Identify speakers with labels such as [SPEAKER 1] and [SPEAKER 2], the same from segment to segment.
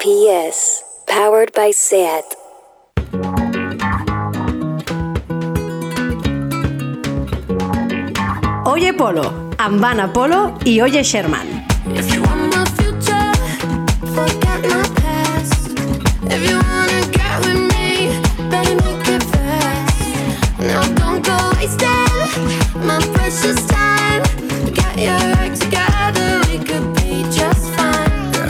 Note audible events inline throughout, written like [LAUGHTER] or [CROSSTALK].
[SPEAKER 1] RPS, powered by SAT.
[SPEAKER 2] Oye Polo, amb Van Apolo i Oye Sherman.
[SPEAKER 3] If you want my future, forget my past. If you wanna get with me, better make it fast. Now don't go wasting my precious time. Get your act together, we could be just fine.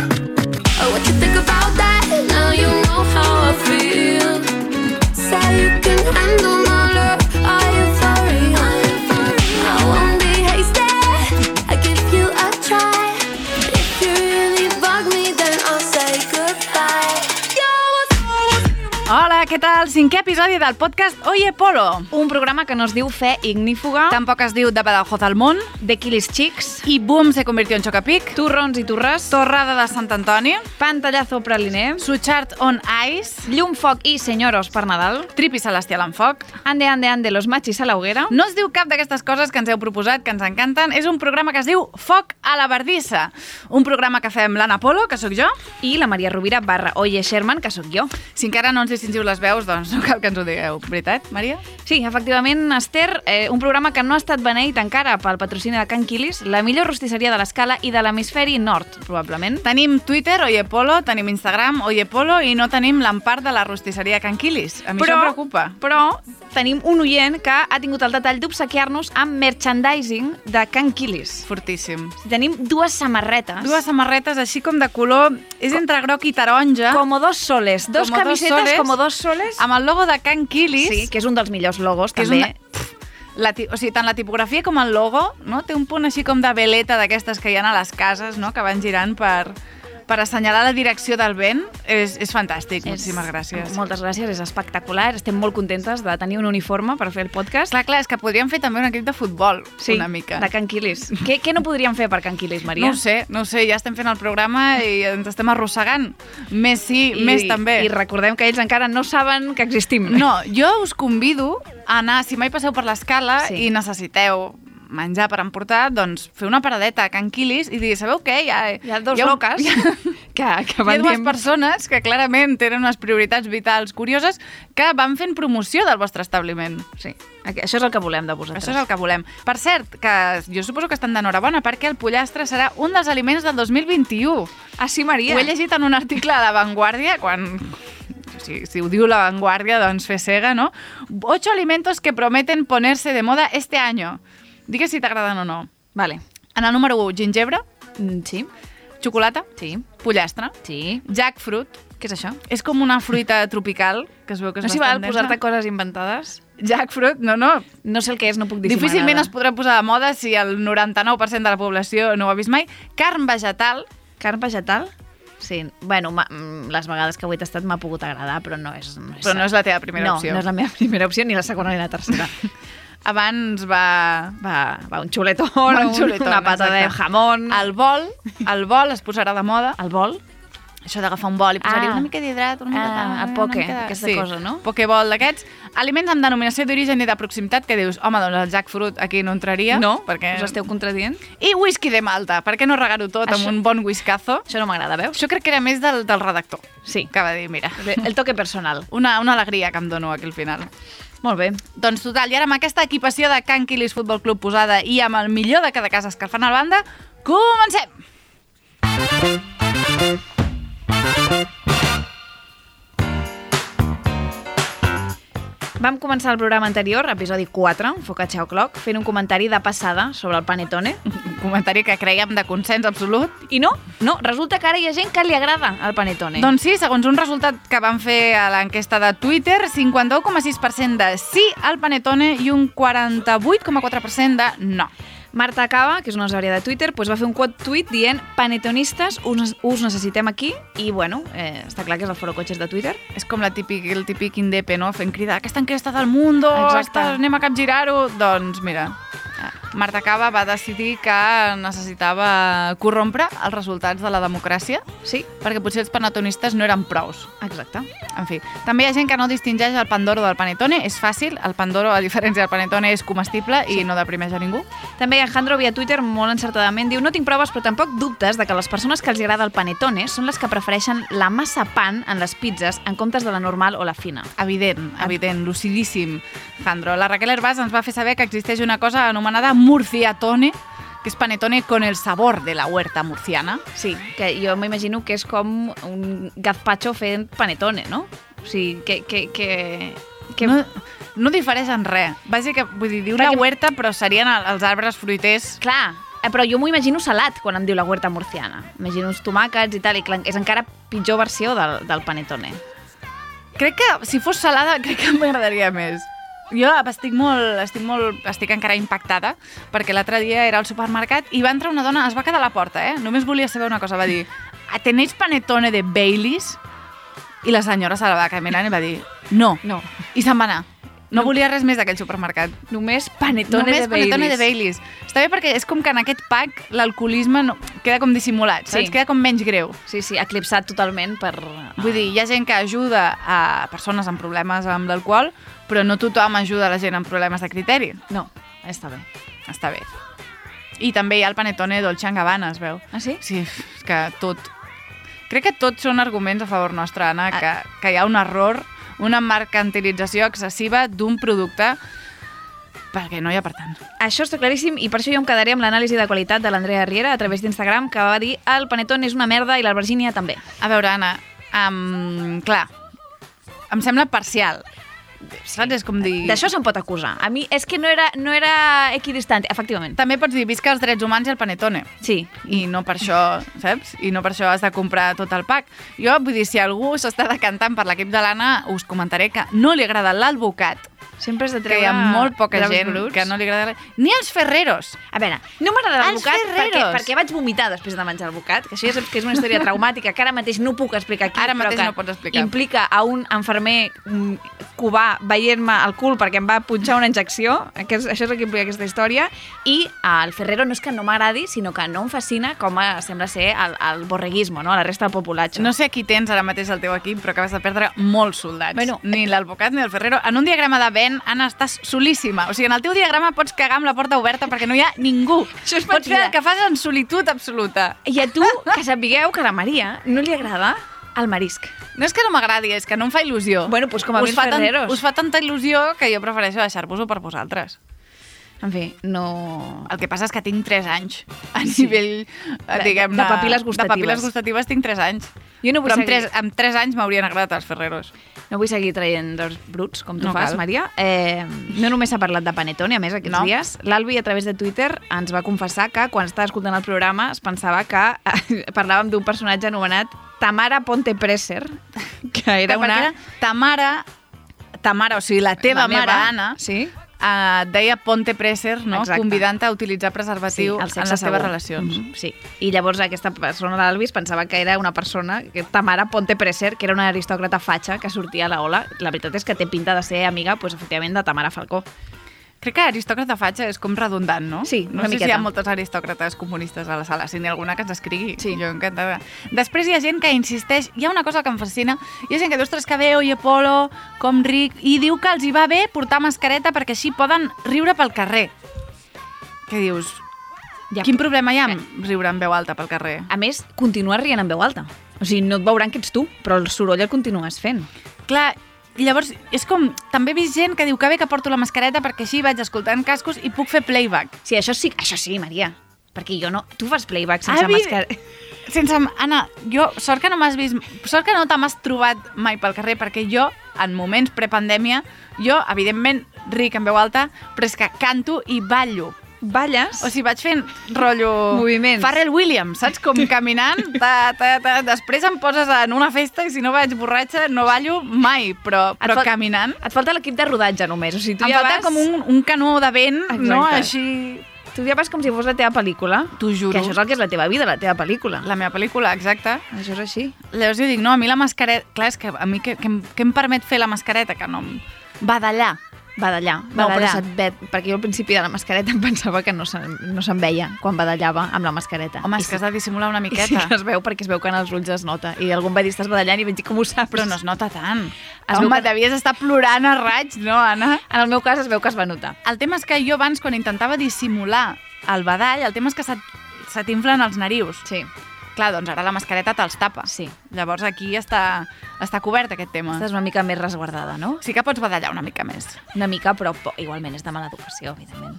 [SPEAKER 3] Oh, what you think about that? Now you know how I feel. Say you can handle my love. Are you for real? I won't be hasty. I give you a try. If you really bug me, then I'll say goodbye. You're what's
[SPEAKER 4] Hola, què tal? Cinquè episodi del podcast Oye Polo, un programa que no es diu Fe Ignífuga, tampoc es diu De Badajoz al món, De Quilis Chics, i Boom se convirtió en Chocapic, Turrons i Turres, Torrada de Sant Antoni, Pantallazo Praliner, Suchart on Ice, Llum Foc i Senyoros per Nadal, Tripi Celestial en Foc, Ande Ande Ande los Machis a la Hoguera. No es diu cap d'aquestes coses que ens heu proposat, que ens encanten. És un programa que es diu Foc a la Bardissa, un programa que fem l'Anna Polo, que sóc jo, i la Maria Rovira barra Oye Sherman, que sóc jo. Si encara no ens distingiu les veus, doncs no cal que ens ho digueu, veritat, Maria? Sí, efectivament, Esther, eh, un programa que no ha estat beneït encara pel patrocini de Can Quilis, la millor rostisseria de l'escala i de l'hemisferi nord, probablement.
[SPEAKER 2] Tenim Twitter, Oye Polo, tenim Instagram, Oye Polo, i no tenim l'empart de la rostisseria Can Quilis. A mi però... això em preocupa.
[SPEAKER 4] Però tenim un oient que ha tingut el detall d'obsequiar-nos amb merchandising de Can Quilis.
[SPEAKER 2] Fortíssim.
[SPEAKER 4] Tenim dues samarretes.
[SPEAKER 2] Dues samarretes així com de color... És entre groc i taronja.
[SPEAKER 4] Como dos soles. Dos
[SPEAKER 2] Como dos
[SPEAKER 4] camisetes
[SPEAKER 2] soles.
[SPEAKER 4] como dos soles.
[SPEAKER 2] Amb el logo de Can Quilis.
[SPEAKER 4] Sí, que és un dels millors logos,
[SPEAKER 2] que és
[SPEAKER 4] també.
[SPEAKER 2] una... La, ti- o sigui, tant la tipografia com el logo no? té un punt així com de veleta d'aquestes que hi ha a les cases, no? que van girant per, per assenyalar la direcció del vent. És, és fantàstic, és... moltíssimes gràcies.
[SPEAKER 4] Moltes gràcies, és espectacular. Estem molt contentes de tenir un uniforme per fer el podcast.
[SPEAKER 2] Clar, clar, és que podríem fer també un equip de futbol, una mica.
[SPEAKER 4] de Can Quilis. què, què no podríem fer per Can Quilis, Maria?
[SPEAKER 2] No ho sé, no ho sé, ja estem fent el programa i ens estem arrossegant. Més sí, I, més també.
[SPEAKER 4] I recordem que ells encara no saben que existim.
[SPEAKER 2] No, jo us convido a anar, si mai passeu per l'escala
[SPEAKER 4] Sí.
[SPEAKER 2] sí. i necessiteu menjar per emportar, doncs fer una paradeta a Can Quilis i dir, sabeu què? Hi ha,
[SPEAKER 4] Hi ha dos
[SPEAKER 2] un- [LAUGHS]
[SPEAKER 4] loques [LAUGHS]
[SPEAKER 2] Hi ha,
[SPEAKER 4] que,
[SPEAKER 2] hi
[SPEAKER 4] que
[SPEAKER 2] ha
[SPEAKER 4] van
[SPEAKER 2] dues
[SPEAKER 4] dient...
[SPEAKER 2] persones que clarament tenen unes prioritats vitals curioses que van fent promoció del vostre establiment.
[SPEAKER 4] Sí, aqu- això és el que volem de vosaltres.
[SPEAKER 2] Això és el que volem. Per cert, que jo suposo que estan d'enhorabona perquè el pollastre serà un dels aliments del 2021.
[SPEAKER 4] Ah, sí, Maria?
[SPEAKER 2] Ho he llegit en un article de La Vanguardia, quan... Si, si ho diu La Vanguardia, doncs fe cega, ¿no? Ocho alimentos que prometen ponerse de moda este año. Digues si t'agraden o no.
[SPEAKER 4] Vale.
[SPEAKER 2] En el número 1, gingebre,
[SPEAKER 4] Mm, sí,
[SPEAKER 2] xocolata,
[SPEAKER 4] sí,
[SPEAKER 2] pollastre,
[SPEAKER 4] sí.
[SPEAKER 2] jackfruit,
[SPEAKER 4] Què és això?
[SPEAKER 2] és com una fruita tropical, que es veu que és
[SPEAKER 4] No s'hi val
[SPEAKER 2] bastant
[SPEAKER 4] posar-te
[SPEAKER 2] densa.
[SPEAKER 4] coses inventades?
[SPEAKER 2] Jackfruit, no, no,
[SPEAKER 4] No sé el que és, no puc dir si
[SPEAKER 2] Difícilment
[SPEAKER 4] m'agrada.
[SPEAKER 2] es podrà posar de moda si el 99% de la població no ho ha vist mai. Carn vegetal,
[SPEAKER 4] Carn vegetal? Sí, bueno, m'ha- mm, les vegades que ho he tastat m'ha pogut agradar, però no és... No és
[SPEAKER 2] però no és la teva primera
[SPEAKER 4] no,
[SPEAKER 2] opció.
[SPEAKER 4] No, és la meva [LAUGHS] primera opció, ni la segona ni la
[SPEAKER 2] [LAUGHS]
[SPEAKER 4] tercera.
[SPEAKER 2] Abans va...
[SPEAKER 4] Va, va un xuletón,
[SPEAKER 2] Va,
[SPEAKER 4] un,
[SPEAKER 2] un xuletón,
[SPEAKER 4] una pata de
[SPEAKER 2] exacte.
[SPEAKER 4] jamón...
[SPEAKER 2] El vol, el vol es posarà de moda.
[SPEAKER 4] el vol?
[SPEAKER 2] Això d'agafar un vol i posar-hi
[SPEAKER 4] Ah.
[SPEAKER 2] una mica d'hidrat, una mica...
[SPEAKER 4] Ah,
[SPEAKER 2] tal,
[SPEAKER 4] a
[SPEAKER 2] una
[SPEAKER 4] poke,
[SPEAKER 2] mica de-
[SPEAKER 4] aquesta cosa, no?
[SPEAKER 2] Pokeball d'aquests. Aliments amb denominació d'origen i de proximitat que dius, home, doncs el jackfruit aquí no entraria. perquè...
[SPEAKER 4] Us esteu contradient?
[SPEAKER 2] I whisky de Malta, per què no regar-ho tot
[SPEAKER 4] Això-
[SPEAKER 2] amb un bon whiskazo?
[SPEAKER 4] Això no m'agrada, veus?
[SPEAKER 2] Això crec que era més del, del redactor,
[SPEAKER 4] Sí.
[SPEAKER 2] que va dir, mira,
[SPEAKER 4] El toque personal.
[SPEAKER 2] una, una alegria que em dono aquí al final.
[SPEAKER 4] Molt bé.
[SPEAKER 2] Doncs total, i ara amb aquesta equipació de Can Quilis Futbol Club posada i amb el millor de cada casa escalfant a la banda, comencem!
[SPEAKER 4] Vam començar el programa anterior, episodi 4, Focaccia O'Clock, fent un comentari de passada sobre el panetone.
[SPEAKER 2] Un comentari que creiem de consens absolut.
[SPEAKER 4] I no, no, resulta que ara hi ha gent que li agrada el panetone.
[SPEAKER 2] Doncs sí, segons un resultat que van fer a l'enquesta de Twitter, 51,6% de sí al panetone i un 48,4% de no.
[SPEAKER 4] Marta Cava, que és una usuària de Twitter, doncs va fer un quote tuit dient panetonistes, us, us necessitem aquí i bueno, eh, està clar que és el Foro Cotxes de Twitter.
[SPEAKER 2] És com la típic, el típic indepe, no? Fent cridar, aquesta enquesta del mundo,
[SPEAKER 4] Exacte.
[SPEAKER 2] Exacte. anem a capgirar-ho. Doncs mira, Marta Cava va decidir que necessitava corrompre els resultats de la democràcia
[SPEAKER 4] Sí,
[SPEAKER 2] perquè potser els panetonistes no eren prous.
[SPEAKER 4] exacte.
[SPEAKER 2] En fi, també hi ha gent que no distingeix el pandoro del panetone. És fàcil, el pandoro, a diferència del panetone, és comestible i no deprimeix a ningú.
[SPEAKER 4] També Alejandro via Twitter molt encertadament diu no tinc proves però tampoc dubtes de que les persones que els agrada el panetone són les que prefereixen la massa pan en les pizzas en comptes de la normal o la fina.
[SPEAKER 2] Evident, evident, lucidíssim, Jandro. La Raquel Herbàs ens va fer saber que existeix una cosa anomenada murciatone, que és panetone con el sabor de la huerta murciana.
[SPEAKER 4] Sí, que jo m'imagino que és com un gazpacho fent panetone, no? O sigui, que... que, que, que...
[SPEAKER 2] No, no difereix en res. Bàsica, vull dir, diu la
[SPEAKER 4] Perquè-
[SPEAKER 2] huerta, però serien el- els arbres fruiters.
[SPEAKER 4] Clar, eh, però jo m'ho imagino salat quan em diu la huerta murciana. Imagino uns tomàquets i tal, i clar, és encara pitjor versió del, del panetone.
[SPEAKER 2] Crec que si fos salada, [LAUGHS] crec que m'agradaria més. Jo estic molt, estic molt, estic encara impactada, perquè l'altre dia era al supermercat i va entrar una dona, es va quedar a la porta, eh? Només volia saber una cosa, va dir, "Ah, ¿tenéis panetone de Baileys? I la senyora se la va caminant i va dir, no.
[SPEAKER 4] No.
[SPEAKER 2] I se'n va anar. No, volia res més d'aquell supermercat.
[SPEAKER 4] Només panetone
[SPEAKER 2] Només
[SPEAKER 4] de
[SPEAKER 2] panetone de Baileys.
[SPEAKER 4] Baileys.
[SPEAKER 2] Està bé perquè és com que en aquest pack l'alcoholisme no, queda com dissimulat, saps?
[SPEAKER 4] Sí.
[SPEAKER 2] Queda com menys greu.
[SPEAKER 4] Sí, sí, eclipsat totalment per...
[SPEAKER 2] Vull dir, hi ha gent que ajuda a persones amb problemes amb l'alcohol, però no tothom ajuda a la gent amb problemes de criteri.
[SPEAKER 4] No, està bé.
[SPEAKER 2] Està bé. I també hi ha el panetone Dolce Gabbana, es veu.
[SPEAKER 4] Ah, sí?
[SPEAKER 2] Sí, és que tot... Crec que tots són arguments a favor nostre, Anna,
[SPEAKER 4] Ah.
[SPEAKER 2] que, que hi ha un error, una mercantilització excessiva d'un producte perquè no hi ha per tant.
[SPEAKER 4] Això està claríssim i per això jo em quedaré amb l'anàlisi de qualitat de l'Andrea Riera a través d'Instagram que va dir el panetone és una merda i l'albergínia també.
[SPEAKER 2] A veure, Anna, um, clar, em sembla parcial. Saps? És
[SPEAKER 4] Eh,
[SPEAKER 2] com dir...
[SPEAKER 4] D'això se'n pot acusar. A mi és que no era, no era equidistant, efectivament.
[SPEAKER 2] També pots dir visca els drets humans i el panetone.
[SPEAKER 4] Sí,
[SPEAKER 2] i no per això, saps? I no per això has de comprar tot el pack. Jo vull dir, si algú s'està decantant per l'equip de l'Anna, us comentaré que no li agrada l'alvocat,
[SPEAKER 4] sempre és de
[SPEAKER 2] que
[SPEAKER 4] treure...
[SPEAKER 2] hi ha molt poca
[SPEAKER 4] draps
[SPEAKER 2] gent
[SPEAKER 4] bruts.
[SPEAKER 2] que no li agrada... la- Ni els ferreros!
[SPEAKER 4] A veure, no m'agrada
[SPEAKER 2] Els
[SPEAKER 4] l'advocat perquè,
[SPEAKER 2] Ferreros.
[SPEAKER 4] perquè vaig vomitar després de menjar el bocat, que això ja saps que és una història traumàtica que ara mateix no puc explicar aquí,
[SPEAKER 2] Ara
[SPEAKER 4] però
[SPEAKER 2] mateix
[SPEAKER 4] que
[SPEAKER 2] no pots explicar.
[SPEAKER 4] implica a un enfermer mm, cubà veient-me al cul perquè em va punxar una injecció, que és, això és el que implica aquesta història, i el Ferrero no és que no m'agradi, sinó que no em fascina com a, sembla ser el, el borreguismo, no? la resta del populatxo.
[SPEAKER 2] No sé a qui tens ara mateix al teu equip, però acabes de perdre molts soldats.
[SPEAKER 4] Bueno,
[SPEAKER 2] ni l'alvocat ni el ferrero. En un diagrama de Ben, Anna, estàs solíssima. O sigui, en el teu diagrama pots cagar amb la porta oberta perquè no hi ha ningú.
[SPEAKER 4] Això és
[SPEAKER 2] pots fer
[SPEAKER 4] mentida.
[SPEAKER 2] el que fas en solitud absoluta.
[SPEAKER 4] I a tu, que sapigueu que a la Maria no li agrada el marisc.
[SPEAKER 2] No és que no m'agradi, és que no em fa il·lusió.
[SPEAKER 4] Bueno, pues com a mi
[SPEAKER 2] us
[SPEAKER 4] els
[SPEAKER 2] fa, tan,
[SPEAKER 4] ferreros.
[SPEAKER 2] us fa tanta il·lusió que jo prefereixo deixar-vos-ho per vosaltres.
[SPEAKER 4] En fi, no...
[SPEAKER 2] El que passa és que tinc 3 anys a
[SPEAKER 4] Sí.
[SPEAKER 2] nivell, eh,
[SPEAKER 4] De-
[SPEAKER 2] diguem-ne...
[SPEAKER 4] de
[SPEAKER 2] De papil·les
[SPEAKER 4] papil·les gustatives.
[SPEAKER 2] gustatives tinc 3 anys.
[SPEAKER 4] Jo no vull
[SPEAKER 2] Però amb
[SPEAKER 4] seguir.
[SPEAKER 2] 3, amb 3 anys m'haurien agradat els Ferreros.
[SPEAKER 4] No vull seguir traient dels bruts, com tu
[SPEAKER 2] No
[SPEAKER 4] no fas,
[SPEAKER 2] cal.
[SPEAKER 4] cal. Maria. Eh, no només s'ha parlat de Panetone, a més, aquests
[SPEAKER 2] No.
[SPEAKER 4] no. dies. L'Albi, a través de Twitter, ens va confessar que, quan estava escoltant el programa, es pensava que eh, [LAUGHS] parlàvem d'un personatge anomenat Tamara Pontepreser, que era
[SPEAKER 2] Que
[SPEAKER 4] una...
[SPEAKER 2] perquè era Ta mare, ta mare, o sigui, la teva
[SPEAKER 4] La meva,
[SPEAKER 2] mare, Anna,
[SPEAKER 4] sí.
[SPEAKER 2] eh, et deia Ponte Presser, no?
[SPEAKER 4] Exacte.
[SPEAKER 2] convidant-te a utilitzar preservatiu
[SPEAKER 4] el
[SPEAKER 2] en
[SPEAKER 4] sexe
[SPEAKER 2] les
[SPEAKER 4] segur.
[SPEAKER 2] teves relacions.
[SPEAKER 4] Mhm, sí. I llavors aquesta persona, l'Alvis, pensava que era una persona, que Tamara Pontepreser, que era una aristòcrata fatxa que sortia a la ola. La veritat és que té pinta de ser amiga, pues, efectivament, de Tamara Falcó.
[SPEAKER 2] Crec que aristòcrata fatxa és com redundant, no?
[SPEAKER 4] Sí,
[SPEAKER 2] no sé
[SPEAKER 4] una
[SPEAKER 2] si
[SPEAKER 4] miqueta.
[SPEAKER 2] hi ha moltes aristòcrates comunistes a la sala, si n'hi ha alguna que ens escrigui.
[SPEAKER 4] Sí.
[SPEAKER 2] Jo encantada. Després hi ha gent que insisteix, hi ha una cosa que em fascina, hi ha gent que diu, ostres, que bé, oi, Apolo, com ric, i diu que els hi va bé portar mascareta perquè així poden riure pel carrer. Què dius?
[SPEAKER 4] Ja,
[SPEAKER 2] Quin problema hi ha amb riure en veu alta pel carrer?
[SPEAKER 4] A més, continues rient en veu alta. O sigui, no et veuran que ets tu, però el soroll el continues fent.
[SPEAKER 2] Clar, i llavors és com... També he vist gent que diu que bé que porto la mascareta perquè així vaig escoltant cascos i puc fer playback.
[SPEAKER 4] Sí, això sí, això sí, Maria. Perquè jo no... Tu fas playback sense
[SPEAKER 2] Avi-
[SPEAKER 4] mascareta.
[SPEAKER 2] Sense... Anna, jo, sort que no m'has vist... Sort que no te m'has trobat mai pel carrer, perquè jo, en moments prepandèmia, jo, evidentment, ric en veu alta, però és que canto i ballo.
[SPEAKER 4] Balles...
[SPEAKER 2] O sigui, vaig fent rotllo...
[SPEAKER 4] Moviments.
[SPEAKER 2] Pharrell Williams, saps? Com caminant, ta, ta, ta. Després em poses en una festa i si no vaig borratxa no ballo mai, però,
[SPEAKER 4] Et
[SPEAKER 2] però
[SPEAKER 4] fal-
[SPEAKER 2] caminant...
[SPEAKER 4] Et falta l'equip de rodatge, només. O sigui, tu
[SPEAKER 2] Em
[SPEAKER 4] ja
[SPEAKER 2] falta
[SPEAKER 4] vas...
[SPEAKER 2] com un, un canó de vent, no?
[SPEAKER 4] Exacte.
[SPEAKER 2] Així...
[SPEAKER 4] Tu ja vas com si fos la teva pel·lícula.
[SPEAKER 2] T'ho juro.
[SPEAKER 4] Que això és el que és la teva vida, la teva pel·lícula.
[SPEAKER 2] La meva pel·lícula, exacte.
[SPEAKER 4] Això és així.
[SPEAKER 2] Llavors jo dic, no, a mi la mascareta... Clar, és que a mi que, que, em, que em permet fer la mascareta, que no em... Badallar.
[SPEAKER 4] Badallar,
[SPEAKER 2] No, però
[SPEAKER 4] badallar.
[SPEAKER 2] se't
[SPEAKER 4] ve, perquè jo al principi de la mascareta em pensava que no se'n no se veia quan badallava amb la mascareta.
[SPEAKER 2] Home, és que has de dissimular una
[SPEAKER 4] I sí
[SPEAKER 2] miqueta.
[SPEAKER 4] que es veu perquè es veu que en els ulls es nota. I algun va dir, estàs badallant i vaig dir, com ho saps?
[SPEAKER 2] Però no es nota tant.
[SPEAKER 4] Es veu
[SPEAKER 2] Home,
[SPEAKER 4] que-
[SPEAKER 2] devies estar plorant a raig, no, Anna?
[SPEAKER 4] En el meu cas es veu que es va notar.
[SPEAKER 2] El tema és que jo abans, quan intentava dissimular el badall, el tema és que se't- se t'inflen els narius.
[SPEAKER 4] Sí.
[SPEAKER 2] Clar, doncs ara la mascareta te'ls tapa.
[SPEAKER 4] Sí.
[SPEAKER 2] Llavors aquí està, està cobert aquest tema.
[SPEAKER 4] Estàs una mica més resguardada, no?
[SPEAKER 2] Sí que pots badallar una mica més.
[SPEAKER 4] Una mica, però po- igualment és de mala educació, evidentment.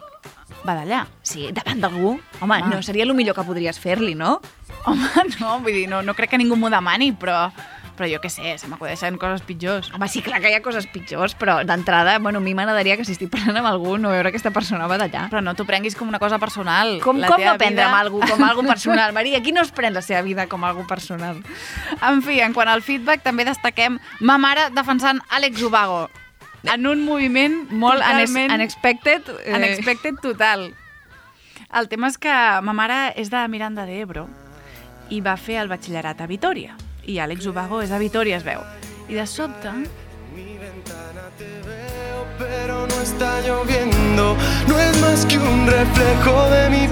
[SPEAKER 2] Badallar?
[SPEAKER 4] Sí, davant d'algú. Home,
[SPEAKER 2] Home.
[SPEAKER 4] no seria el millor que podries fer-li, no?
[SPEAKER 2] Home, no, vull dir, no, no crec que ningú m'ho demani, però, però jo què sé, se m'acudeixen coses pitjors.
[SPEAKER 4] Home, sí, clar que hi ha coses pitjors, però d'entrada, bueno, a mi m'agradaria que si estic parlant amb algú no veure aquesta persona badallar.
[SPEAKER 2] Però no t'ho prenguis com una cosa personal.
[SPEAKER 4] Com,
[SPEAKER 2] La
[SPEAKER 4] com
[SPEAKER 2] teva
[SPEAKER 4] no prendre
[SPEAKER 2] vida-
[SPEAKER 4] amb algú com algo personal? Maria, qui no es pren la seva vida com algo personal?
[SPEAKER 2] En fi, en quant al feedback, també destaquem ma mare defensant Àlex Ubago en un moviment molt
[SPEAKER 4] Totalment...
[SPEAKER 2] totalment
[SPEAKER 4] unexpected. Eh...
[SPEAKER 2] unexpected total. El tema és que ma mare és de Miranda de Ebro i va fer el batxillerat a Vitoria. I Àlex Ubago és de Vitoria, es veu. I de sobte,
[SPEAKER 5] Mi ventana te veo, pero no está lloviendo. No es más que un reflejo de mi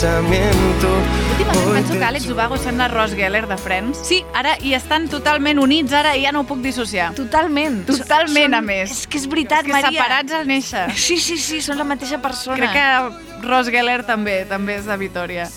[SPEAKER 5] pensamiento.
[SPEAKER 2] últimament
[SPEAKER 5] Hoy
[SPEAKER 2] penso
[SPEAKER 5] te
[SPEAKER 2] que Àlex Ubago sembla Ross Geller de Friends.
[SPEAKER 4] Sí.
[SPEAKER 2] Ara hi estan totalment units, ara ja no ho puc dissociar.
[SPEAKER 4] Totalment.
[SPEAKER 2] Totalment,
[SPEAKER 4] Són-
[SPEAKER 2] a més.
[SPEAKER 4] És que és veritat,
[SPEAKER 2] que
[SPEAKER 4] Maria.
[SPEAKER 2] separats al néixer.
[SPEAKER 4] Sí, sí, sí, són la mateixa persona.
[SPEAKER 2] Crec que Ros Geller també, també és de Vitoria.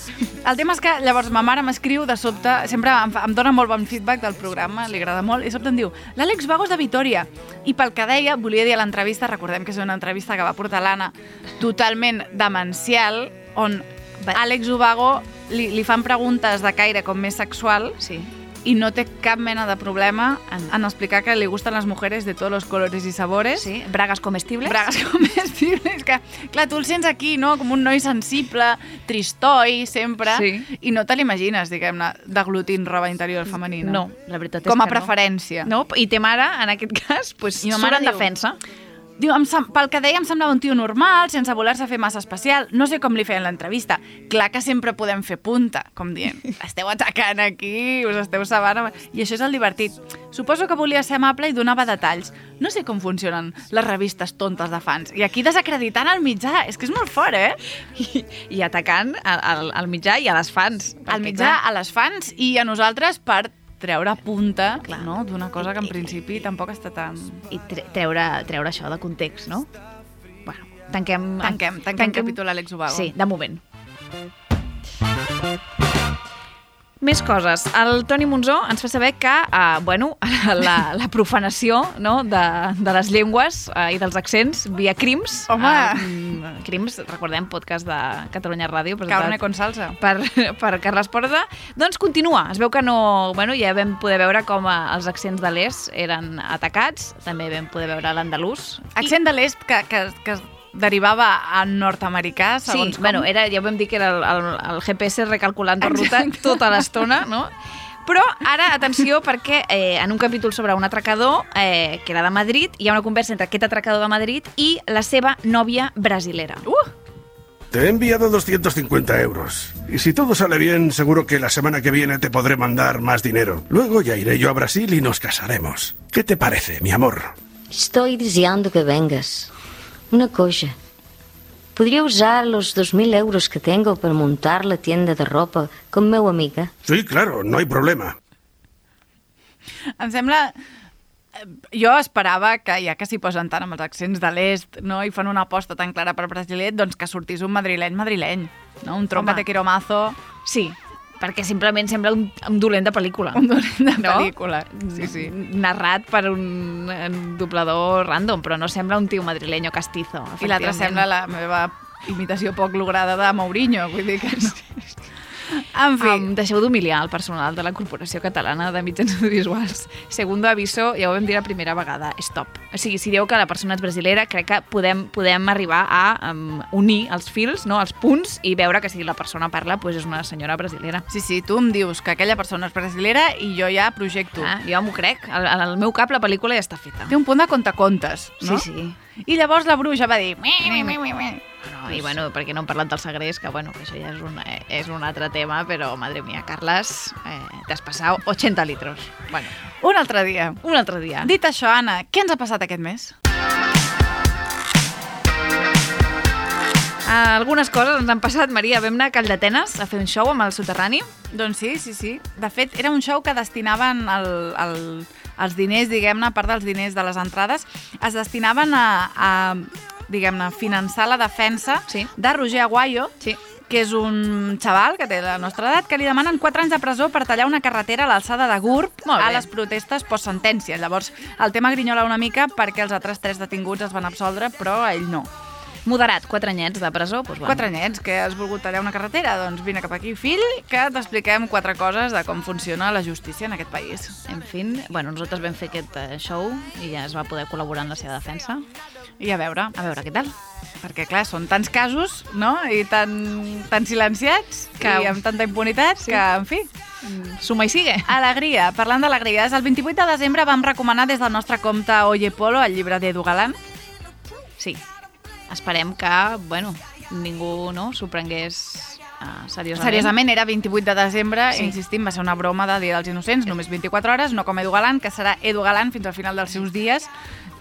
[SPEAKER 2] El tema és que llavors ma mare m'escriu de sobte, sempre em, fa- em dona molt bon feedback del programa, li agrada molt, i de sobte em diu, l'Àlex Vago és de Vitoria. I pel que deia, volia dir a l'entrevista, recordem que és una entrevista que va portar l'Anna, totalment demencial, on Àlex Ubago li, li fan preguntes de caire com més sexual
[SPEAKER 4] Sí.
[SPEAKER 2] i no té cap mena de problema en, en explicar que li gusten les mujeres de tots els colores i sabores.
[SPEAKER 4] Sí, bragas comestibles.
[SPEAKER 2] Bragas [LAUGHS] comestibles, que clar, tu el sents aquí, no?, com un noi sensible, tristoi, sempre,
[SPEAKER 4] Sí.
[SPEAKER 2] i no te l'imagines, diguem-ne, deglutint roba interior femenina.
[SPEAKER 4] No, la veritat és
[SPEAKER 2] Com a
[SPEAKER 4] que
[SPEAKER 2] preferència.
[SPEAKER 4] no. No, i té mare, en aquest cas, pues,
[SPEAKER 2] I ma
[SPEAKER 4] surt
[SPEAKER 2] mare
[SPEAKER 4] en
[SPEAKER 2] diu-
[SPEAKER 4] defensa.
[SPEAKER 2] Diu, em sem- pel que deia em semblava un tio normal, sense voler-se fer massa especial. No sé com li feien l'entrevista. Clar que sempre podem fer punta, com dient.
[SPEAKER 4] [LAUGHS]
[SPEAKER 2] Esteu atacant aquí, us esteu sabant... amb-" I això és el divertit. Suposo que volia ser amable i donava detalls. No sé com funcionen les revistes tontes de fans. I aquí desacreditant el mitjà. És que és molt fort, eh?
[SPEAKER 4] I, i atacant al, al, al mitjà i a les fans.
[SPEAKER 2] al
[SPEAKER 4] perquè,
[SPEAKER 2] mitjà,
[SPEAKER 4] clar,
[SPEAKER 2] a les fans i a nosaltres per treure punta
[SPEAKER 4] Clar.
[SPEAKER 2] no? d'una cosa que en principi tampoc està tan...
[SPEAKER 4] I tre treure, treure això de context, no? Bueno, tanquem...
[SPEAKER 2] Tanquem, tanquem, capítol Àlex Ubago.
[SPEAKER 4] Sí, de moment. Més coses. El Toni Monzó ens fa saber que, eh, bueno, [LAUGHS] la, la profanació no, de, de les llengües eh, i dels accents via crims.
[SPEAKER 2] Home!
[SPEAKER 4] Eh, mm, crims, recordem, podcast de Catalunya Ràdio. presentat-
[SPEAKER 2] Carne con salsa.
[SPEAKER 4] per, [LAUGHS] per Carles Porta. Doncs continua. Es veu que no... Bueno, ja vam poder veure com eh, els accents de l'est eren atacats. També vam poder veure l'andalús.
[SPEAKER 2] Accent de l'est que, que, que es derivava a nord-americà,
[SPEAKER 4] Sí,
[SPEAKER 2] segons com.
[SPEAKER 4] bueno, era, ja ho vam dir que era el, el, el GPS recalculant la ruta
[SPEAKER 2] Exacte.
[SPEAKER 4] tota l'estona, no? Però ara, atenció, perquè eh, en un capítol sobre un atracador, eh, que era de Madrid, hi ha una conversa entre aquest atracador de Madrid i la seva nòvia brasilera.
[SPEAKER 2] Uh!
[SPEAKER 6] Te he enviado 250 euros. Y si todo sale bien, seguro que la semana que viene te podré mandar más dinero. Luego ya iré yo a Brasil y nos casaremos. ¿Qué te parece, mi amor?
[SPEAKER 7] Estou desejando que vengas. Uma coisa. Poderia usar os 2 mil euros que tenho para montar a tienda de roupa com meu amiga?
[SPEAKER 6] Sí, claro, no hay problema.
[SPEAKER 2] Em sembla... eh, Jo esperava que, ja que s'hi posen tant amb els accents de l'est no? i fan una aposta tan clara per brasilet, doncs que sortís un madrileny madrileny, no? un trompa
[SPEAKER 4] Home.
[SPEAKER 2] te quiero mazo,
[SPEAKER 4] Sí, perquè simplement sembla un, un dolent de pel·lícula.
[SPEAKER 2] un dolent de
[SPEAKER 4] No?
[SPEAKER 2] pel·lícula. Sí, sí.
[SPEAKER 4] narrat per un, un doblador random, però no sembla un tio madrileño castizo.
[SPEAKER 2] I l'altra sembla la meva imitació poc lograda de Mourinho, vull dir que no. En fi,
[SPEAKER 4] Um, deixeu d'humiliar el personal de la Corporació Catalana de Mitjans [LAUGHS] Audiovisuals. Segundo aviso, ja ho vam dir la primera vegada, stop. O sigui, si dieu que la persona és brasilera, crec que podem, podem arribar a um, unir els fils, no, els punts, i veure que si la persona parla doncs és una senyora brasilera.
[SPEAKER 2] sí, sí, tu em dius que aquella persona és brasilera i jo ja projecto.
[SPEAKER 4] Ah, jo m'ho crec. Al, al meu cap la pel·lícula ja està feta.
[SPEAKER 2] Té un punt de contacontes, no?
[SPEAKER 4] Sí, sí.
[SPEAKER 2] I llavors la bruixa va dir... "Mi, mi, mi, mi, mi".
[SPEAKER 4] No, I bueno, perquè no hem parlat del Segrest, que bueno, que això ja és un, eh, és un altre tema, però, madre mía, Carles, eh, t'has passat 80 litros. Bueno,
[SPEAKER 2] Un altre dia.
[SPEAKER 4] un altre dia.
[SPEAKER 2] Dit això, Anna, què ens ha passat aquest mes?
[SPEAKER 4] Eh, algunes coses ens han passat, Maria. Vam anar a Calldetenes a fer un show amb el soterrani.
[SPEAKER 2] Doncs sí, sí, sí. De fet, era un show que destinaven el, el, els diners, diguem-ne, a part dels diners de les entrades, es destinaven a, a diguem-ne, finançar la defensa sí. de Roger Aguayo,
[SPEAKER 4] sí.
[SPEAKER 2] que és un xaval que té la nostra edat, que li demanen 4 anys de presó per tallar una carretera a l'alçada de Gurb
[SPEAKER 4] Ah, Molt
[SPEAKER 2] a
[SPEAKER 4] bé.
[SPEAKER 2] les protestes post-sentència. Llavors, el tema grinyola una mica perquè els altres tres detinguts es van absoldre, però a ell no.
[SPEAKER 4] Moderat, quatre anyets de presó. Doncs, bueno.
[SPEAKER 2] Quatre anyets, que has volgut tallar una carretera, doncs vine cap aquí, fill, que t'expliquem quatre coses de com funciona la justícia en aquest país.
[SPEAKER 4] En fin, bueno, nosaltres vam fer aquest eh, show i ja es va poder col·laborar en la seva defensa.
[SPEAKER 2] I a veure,
[SPEAKER 4] A veure què tal.
[SPEAKER 2] perquè clar, són tants casos, no?, i tan, tan silenciats, que...
[SPEAKER 4] Que-
[SPEAKER 2] i amb tanta impunitat, sí. que, en fi...
[SPEAKER 4] Suma i sigue.
[SPEAKER 2] Alegria, parlant d'alegria, des del 28 de desembre vam recomanar des del nostre compte Oye Polo el llibre d'Edu Galán.
[SPEAKER 4] Sí. Esperem que, bueno, ningú no, s'ho prengués uh, seriosament.
[SPEAKER 2] eh, Seriosament, era 28 de desembre,
[SPEAKER 4] Sí.
[SPEAKER 2] sí. insistim, va ser una broma de Dia dels Innocents, només 24 hores, no com Edu Galán, que serà Edu Galán fins al final dels seus dies,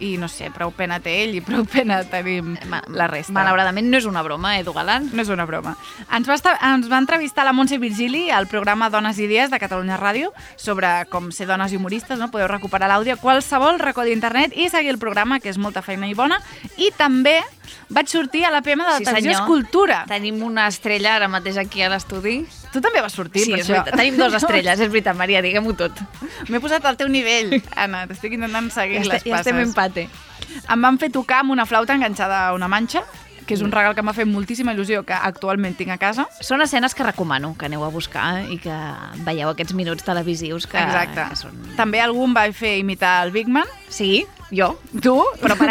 [SPEAKER 2] i no sé, prou pena té ell i prou pena tenim
[SPEAKER 4] Ma-
[SPEAKER 2] la resta.
[SPEAKER 4] Malauradament no és una broma, Edu Galán.
[SPEAKER 2] No és una broma. Ens va, estar, ens va entrevistar la Montse Virgili al programa Dones i Idees de Catalunya Ràdio sobre com ser dones i humoristes, no? Podeu recuperar l'àudio a qualsevol racó d'internet i seguir el programa, que és molta feina i bona. I també vaig sortir a la PM de la Televisió Escultura.
[SPEAKER 4] Tenim una estrella ara mateix aquí a l'estudi.
[SPEAKER 2] Tu també vas sortir, per
[SPEAKER 4] és
[SPEAKER 2] això.
[SPEAKER 4] veritat. Tenim
[SPEAKER 2] [LAUGHS]
[SPEAKER 4] dues estrelles, és veritat, Maria, diguem-ho tot.
[SPEAKER 2] M'he posat al teu nivell, Anna. T'estic intentant seguir
[SPEAKER 4] Ja,
[SPEAKER 2] les
[SPEAKER 4] est
[SPEAKER 2] passes.
[SPEAKER 4] ja estem empate.
[SPEAKER 2] Em van fer tocar amb una flauta enganxada a una manxa, que és un regal que m'ha fet moltíssima il·lusió, que actualment tinc a casa.
[SPEAKER 4] Són escenes que recomano que aneu a buscar eh, i que veieu aquests minuts televisius que,
[SPEAKER 2] Exacte.
[SPEAKER 4] que són...
[SPEAKER 2] També algú em va fer imitar el Big Man.
[SPEAKER 4] Sí, jo.
[SPEAKER 2] [LAUGHS] Tu?
[SPEAKER 4] Però per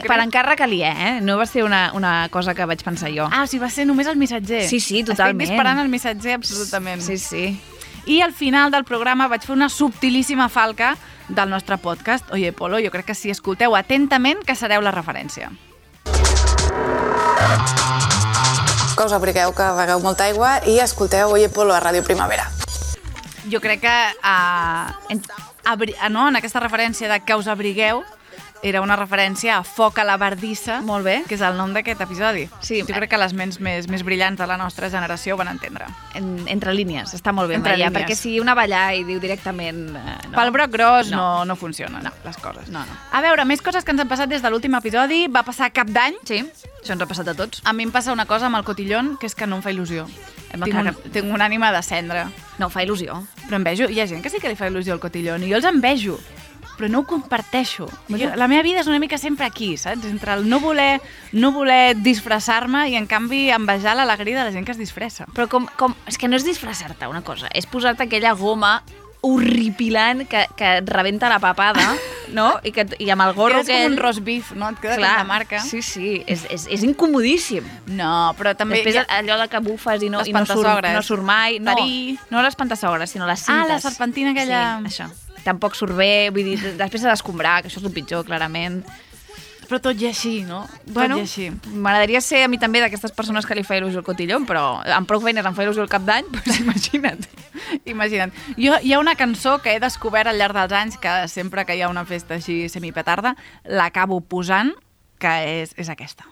[SPEAKER 2] Tu en
[SPEAKER 4] per
[SPEAKER 2] concret.
[SPEAKER 4] encàrrec aliè, eh? No va ser una, una cosa que vaig pensar jo.
[SPEAKER 2] Ah, o sigui, va ser només el missatger.
[SPEAKER 4] Sí, sí, totalment.
[SPEAKER 2] Estic disparant el missatger absolutament.
[SPEAKER 4] Sí, sí.
[SPEAKER 2] I al final del programa vaig fer una subtilíssima falca del nostre podcast, Oye Polo, jo crec que si escolteu atentament que sereu la referència.
[SPEAKER 8] que us apliqueu, que begueu molta aigua i escolteu Oye Polo a Ràdio Primavera.
[SPEAKER 2] Jo crec que uh, en, abri, ah, no, en aquesta referència de que us abrigueu era una referència a Foc a la Bardissa,
[SPEAKER 4] Molt bé.
[SPEAKER 2] eh, que és el nom d'aquest episodi.
[SPEAKER 4] Sí.
[SPEAKER 2] Jo crec que les ments més, més brillants de la nostra generació ho van entendre.
[SPEAKER 4] En, entre línies, està molt bé,
[SPEAKER 2] Entre
[SPEAKER 4] Maria,
[SPEAKER 2] línies.
[SPEAKER 4] perquè si una va allà i diu directament... eh, No.
[SPEAKER 2] Pel broc gros no, no, no funcionen no. les coses.
[SPEAKER 4] No, no.
[SPEAKER 2] A veure, més coses que ens han passat des de l'últim episodi. Va passar cap d'any.
[SPEAKER 4] Sí, això ens ha passat a tots.
[SPEAKER 2] A mi em passa una cosa amb el cotillon, que és que no em fa il·lusió.
[SPEAKER 4] Em
[SPEAKER 2] Tinc, un,
[SPEAKER 4] encara-
[SPEAKER 2] tinc una ànima de cendre.
[SPEAKER 4] No, fa il·lusió.
[SPEAKER 2] Però em vejo... Hi ha gent que sí que li fa il·lusió el cotillon, i jo els en vejo però no ho comparteixo. Jo, la meva vida és una mica sempre aquí, saps? Entre el no voler, no voler disfressar-me i, en canvi, envejar l'alegria de la gent que es disfressa.
[SPEAKER 4] Però com, com, és que no és disfressar-te una cosa, és posar-te aquella goma horripilant que, que et rebenta la papada, no? I, que, i amb el gorro
[SPEAKER 2] Quedes
[SPEAKER 4] aquell...
[SPEAKER 2] com un roast beef, no? Et queda
[SPEAKER 4] Clar,
[SPEAKER 2] com la marca.
[SPEAKER 4] Sí, sí, és, és, és incomodíssim.
[SPEAKER 2] No, però també...
[SPEAKER 4] Després
[SPEAKER 2] hi ha-
[SPEAKER 4] allò de que bufes i no,
[SPEAKER 2] Les
[SPEAKER 4] i no, surt,
[SPEAKER 2] pantasogres.
[SPEAKER 4] no surt mai. No,
[SPEAKER 2] Tarí.
[SPEAKER 4] no les pantasogres, sinó les
[SPEAKER 2] Ah,
[SPEAKER 4] cintes.
[SPEAKER 2] la serpentina aquella.
[SPEAKER 4] Sí, això. Tampoc surt bé, vull dir, després s'ha d'escombrar, que això és el pitjor, clarament.
[SPEAKER 2] eh, Però tot i així, no? Tot bueno, i així.
[SPEAKER 4] m'agradaria ser a mi també d'aquestes persones que li fa il·lusió el cotillon, però amb prou feines em fa il·lusió el cap [LAUGHS] d'any, doncs imagina't.
[SPEAKER 2] Imagina't. Jo, hi ha una cançó que he descobert al llarg dels anys, que sempre que hi ha una festa així semipetarda, l'acabo posant, que és, és aquesta.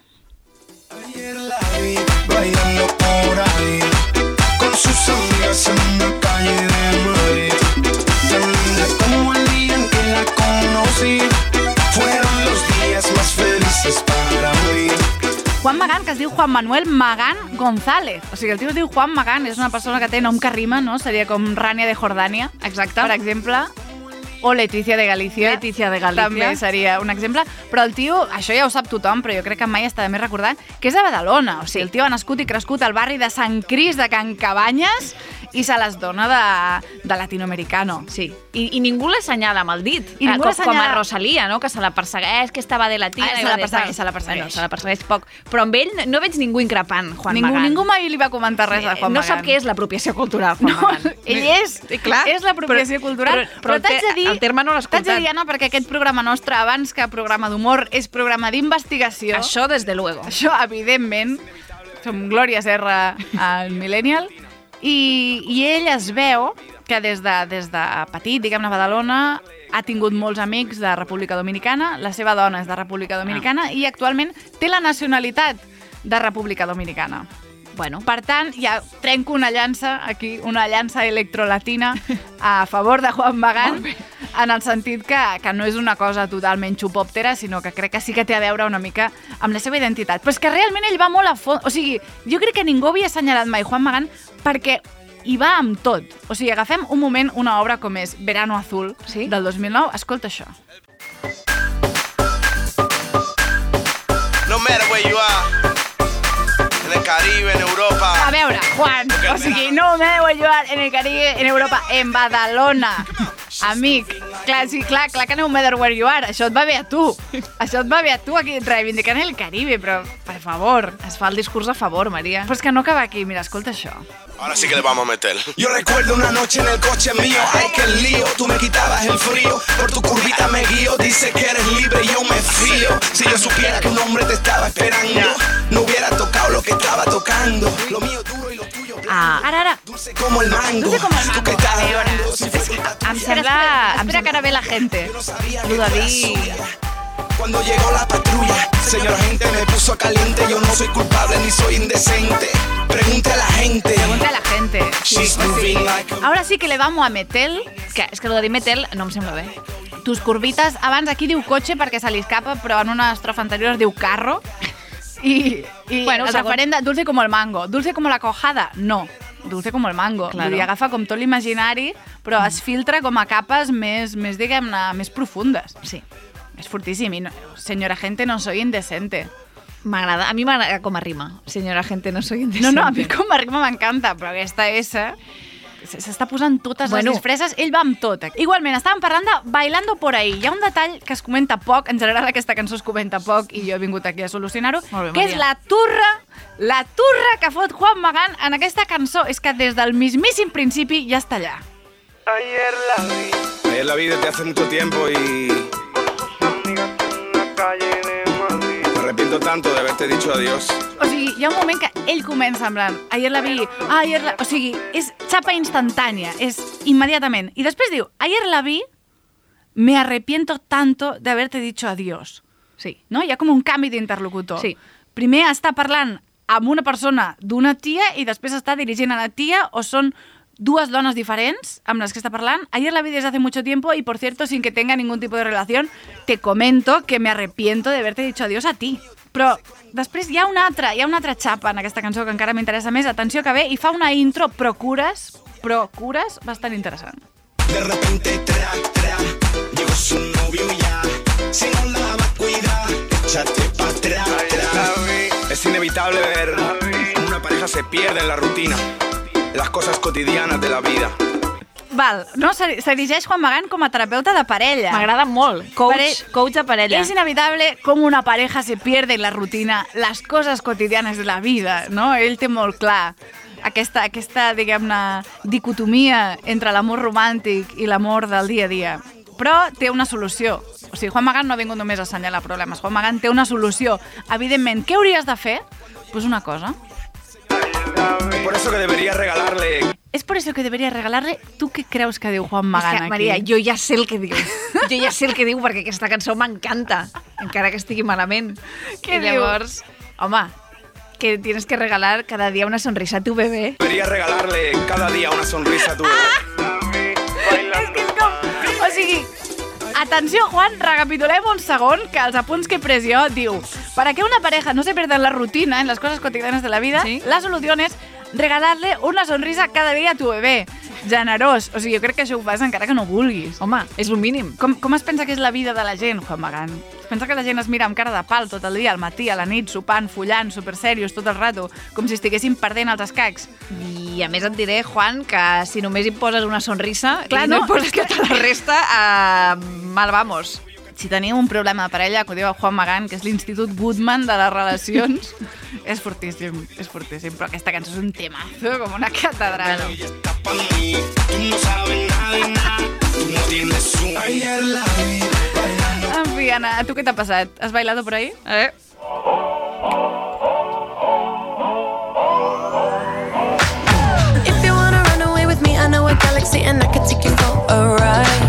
[SPEAKER 5] Ayer la vi bailando por ahí con sus amigas en una calle de Madrid. Tan linda como el día en que la conocí. Fueron los días más felices para mí.
[SPEAKER 2] Juan Magán, que es diu Juan Manuel Magán González. O sigui, el tio es diu Juan Magán, és una persona que té nom que rima, no? Seria com Rania de Jordània,
[SPEAKER 4] Exacte.
[SPEAKER 2] per exemple. O Leticia de Galícia.
[SPEAKER 4] Leticia de Galícia.
[SPEAKER 2] També seria un exemple. Però el tio, això ja ho sap tothom, però jo crec que mai està de més recordar, que és de Badalona. O sigui, el tio ha nascut i crescut al barri de Sant Cris de Can Cabanyes i se les dona de, de latinoamericano.
[SPEAKER 4] Sí. I, I ningú l'assanyala amb el dit.
[SPEAKER 2] I ningú
[SPEAKER 4] Ah, com, com a
[SPEAKER 2] l'assenyala.
[SPEAKER 4] Rosalia, no? que se la persegueix, que estava de latina...
[SPEAKER 2] Ah, se
[SPEAKER 4] i
[SPEAKER 2] la
[SPEAKER 4] va de
[SPEAKER 2] persegueix,
[SPEAKER 4] tal.
[SPEAKER 2] se la persegueix.
[SPEAKER 4] Bueno, se la persegueix poc. Però amb ell no- no veig ningú increpant, Juan
[SPEAKER 2] ningú,
[SPEAKER 4] Magán.
[SPEAKER 2] ningú mai li va comentar res de Juan
[SPEAKER 4] no
[SPEAKER 2] Magán.
[SPEAKER 4] sap què és l'apropiació cultural, Juan
[SPEAKER 2] No,
[SPEAKER 4] Magán.
[SPEAKER 2] ell
[SPEAKER 4] Ni-
[SPEAKER 2] és,
[SPEAKER 4] Eh, clar,
[SPEAKER 2] és l'apropiació
[SPEAKER 4] però-
[SPEAKER 2] cultural.
[SPEAKER 4] Però, però,
[SPEAKER 2] t'haig de dir...
[SPEAKER 4] el terme no l'ha
[SPEAKER 2] T'haig de
[SPEAKER 4] escoltat.
[SPEAKER 2] dir, Anna, perquè aquest programa nostre, abans que programa d'humor, és programa d'investigació.
[SPEAKER 4] Això, des de luego.
[SPEAKER 2] Això, evidentment, som Glòria Serra, el Millennial, i, i ell es veu que des de, des de petit, diguem-ne, a Badalona, ha tingut molts amics de República Dominicana, la seva dona és de República Dominicana i actualment té la nacionalitat
[SPEAKER 4] de República Dominicana. Bueno. Per tant, ja trenco una llança aquí, una llança electrolatina a favor de Juan Magán, en el sentit que, que no és una cosa totalment xupòptera, sinó que crec que sí que té a veure una mica amb la seva identitat. Però és que realment ell va molt a fons. O sigui, jo crec que ningú havia assenyalat mai Juan Magán perquè hi va amb tot. O sigui, agafem un moment una obra com és Verano Azul, sí? del 2009. Escolta això.
[SPEAKER 9] No matter where you are, en el Caribe, en Europa.
[SPEAKER 4] A veure, Juan, o sigui, no me deu ajudar en el Caribe, en Europa, en Badalona. Amic, clar, sí, clar, clar que no matter where you are, això et va bé a tu. Això et va bé a tu aquí reivindicant el Caribe, però, per favor, es fa el discurs a favor, Maria. Però és que no acaba aquí, mira, escolta això.
[SPEAKER 9] Ahora sí que le vamos a meter.
[SPEAKER 5] Yo recuerdo una noche en el coche mío, ay que lío, tú me quitabas el frío, por tu curvita me guío, dice que eres libre y yo me fío. Si yo supiera que un hombre te estaba esperando, no hubiera tocado lo que estaba tocando. Lo mío duro y lo tuyo blanco,
[SPEAKER 2] Ah, ara, ara.
[SPEAKER 5] dulce como el mango.
[SPEAKER 2] Dulce como el
[SPEAKER 5] Tú que
[SPEAKER 2] mango,
[SPEAKER 5] estás
[SPEAKER 2] a veure.
[SPEAKER 5] hablando sin fruta,
[SPEAKER 2] Em sembla... Espera, espera que ara ve la gente.
[SPEAKER 5] sabía que
[SPEAKER 2] Lo
[SPEAKER 5] tú
[SPEAKER 2] de
[SPEAKER 5] eras
[SPEAKER 2] dir...
[SPEAKER 5] suya. Cuando llegó la patrulla, señora gente me puso caliente, yo no soy culpable ni soy indecente. Pregunta a la gente.
[SPEAKER 4] Pregunta a la gente.
[SPEAKER 5] She's moving like a
[SPEAKER 4] Ahora sí que le vamos a meter
[SPEAKER 2] Que, és que el de dir Metel no em sembla bé.
[SPEAKER 4] tus curvitas. Abans aquí diu cotxe perquè se li escapa, però en una estrofa anterior diu carro. I, i
[SPEAKER 2] Bueno,
[SPEAKER 4] bueno, el
[SPEAKER 2] segon.
[SPEAKER 4] referent de dulce com el mango. Dulce com la cojada, no. Dulce com el
[SPEAKER 2] Claro.
[SPEAKER 4] mango. Claro. Vull dir, agafa com tot l'imaginari, però es filtra com a capes més, més diguem-ne, més profundes.
[SPEAKER 2] Sí.
[SPEAKER 4] És fortíssim. I no, senyora gente, no soy indecente.
[SPEAKER 2] M'agrada. A mi m'agrada com a rima. Senyora gente, no soy
[SPEAKER 4] No,
[SPEAKER 2] indecente.
[SPEAKER 4] no, a mi com a ritme m'encanta, però aquesta S s- s'està posant totes bueno.
[SPEAKER 2] Bueno.
[SPEAKER 4] les disfresses, ell va amb tot. Igualment, estàvem parlant de Bailando por ahí. Hi ha un detall que es comenta poc, en general aquesta cançó es comenta poc i jo he vingut aquí a solucionar-ho,
[SPEAKER 2] Molt bé,
[SPEAKER 4] que és
[SPEAKER 2] Maria.
[SPEAKER 4] la turra, la turra que fot Juan Magán en aquesta cançó. És que des del mismíssim principi ja està allà.
[SPEAKER 9] Ayer la vi
[SPEAKER 5] Ayer la vi desde hace mucho tiempo y
[SPEAKER 9] en la calle de Madrid.
[SPEAKER 5] me arrepiento tanto de haberte dicho adiós.
[SPEAKER 4] O sigui, hi ha un moment que ell comença en plan, ayer la vi, ah, ayer la... O sigui, és xapa instantània, és immediatament. I després diu, ayer la vi, me arrepiento tanto de haberte dicho adiós.
[SPEAKER 2] Sí.
[SPEAKER 4] No? Hi ha com un canvi d'interlocutor.
[SPEAKER 2] Sí.
[SPEAKER 4] Primer està parlant amb una persona d'una tia i després està dirigint a la tia o són dues dones diferents amb les que està parlant. Ayer la vi desde hace mucho tiempo y, por cierto, sin que tenga ningún tipo de relación, te comento que me arrepiento de haberte dicho adiós a ti. Però després hi ha una altra, hi ha una altra xapa en aquesta cançó que encara m'interessa més. Atenció que ve i fa una intro procures, procures, bastant interessant.
[SPEAKER 5] De repente, tra, tra, llegó su novio ya. Si no la va a cuidar, échate para atrás. tra. Es inevitable ver cómo una pareja se pierde en la rutina, las cosas cotidianas de la vida.
[SPEAKER 4] Val, no? Se se dirigeix Juan Magán com a terapeuta de parella.
[SPEAKER 2] M'agrada molt. Coach,
[SPEAKER 4] Pare-
[SPEAKER 2] coach a parella.
[SPEAKER 4] Es inevitable cómo una pareja se pierde en la rutina, las cosas cotidianas de la vida, no? Ell té molt clar aquesta, aquesta diguem-ne, dicotomia entre l'amor romàntic i l'amor del dia a dia. Però té una solució. O sigui, Juan Magán no ha vingut només a assenyalar problemes. Juan Magán té una solució. Evidentment, què hauries de fer? Pues una cosa.
[SPEAKER 5] Es por eso que debería regalarle
[SPEAKER 4] És per això que debería regalar-li... Tu què creus que diu Juan
[SPEAKER 2] És
[SPEAKER 4] Magán
[SPEAKER 2] que,
[SPEAKER 4] aquí?
[SPEAKER 2] Maria, jo ja sé el que diu. Jo ja sé el que diu perquè aquesta cançó m'encanta, encara que estigui malament.
[SPEAKER 4] Què
[SPEAKER 2] I llavors, home, que tienes que regalar cada dia una sonrisa a tu bebé.
[SPEAKER 5] debería regalarle cada día una sonrisa a tu bebé.
[SPEAKER 4] És que és com... O sigui, Atenció, Juan, recapitulem un segon, que els apunts que he pres jo diu para que una pareja no se pierda en la rutina, en las cosas cotidianas de la vida,
[SPEAKER 2] Sí.
[SPEAKER 4] la solución es regalarle una sonrisa cada dia a tu bebé. Generós. O sigui, jo crec que això ho fas encara que no vulguis.
[SPEAKER 2] Home, és un mínim.
[SPEAKER 4] Com, com es pensa que és la vida de la gent, Juan Magán? Es pensa que la gent es mira amb cara de pal tot el dia, al matí, a la nit, sopant, follant, superserios, tot el rato, com si estiguessin perdent els escacs.
[SPEAKER 2] I a més et diré, Juan, que si només hi poses una sonrisa
[SPEAKER 4] Clar,
[SPEAKER 2] i no,
[SPEAKER 4] no,
[SPEAKER 2] hi poses
[SPEAKER 4] és que-
[SPEAKER 2] tota la resta, eh, mal vamos.
[SPEAKER 4] si teniu un problema de parella, acudiu a Juan Magán, que és l'Institut Goodman de les
[SPEAKER 2] [LAUGHS]
[SPEAKER 4] relacions. és fortíssim, és fortíssim. Però aquesta cançó és un temazo, com una catedral. Bueno.
[SPEAKER 5] Ella está pa' mí, tú no sabes nada de nada, tú no tienes un... Ayer la vi,
[SPEAKER 4] En fi, Anna, a tu què t'ha passat? Has bailado por ahí?
[SPEAKER 2] Eh?
[SPEAKER 3] If you wanna run away with me, I know a galaxy and I could take you for a ride.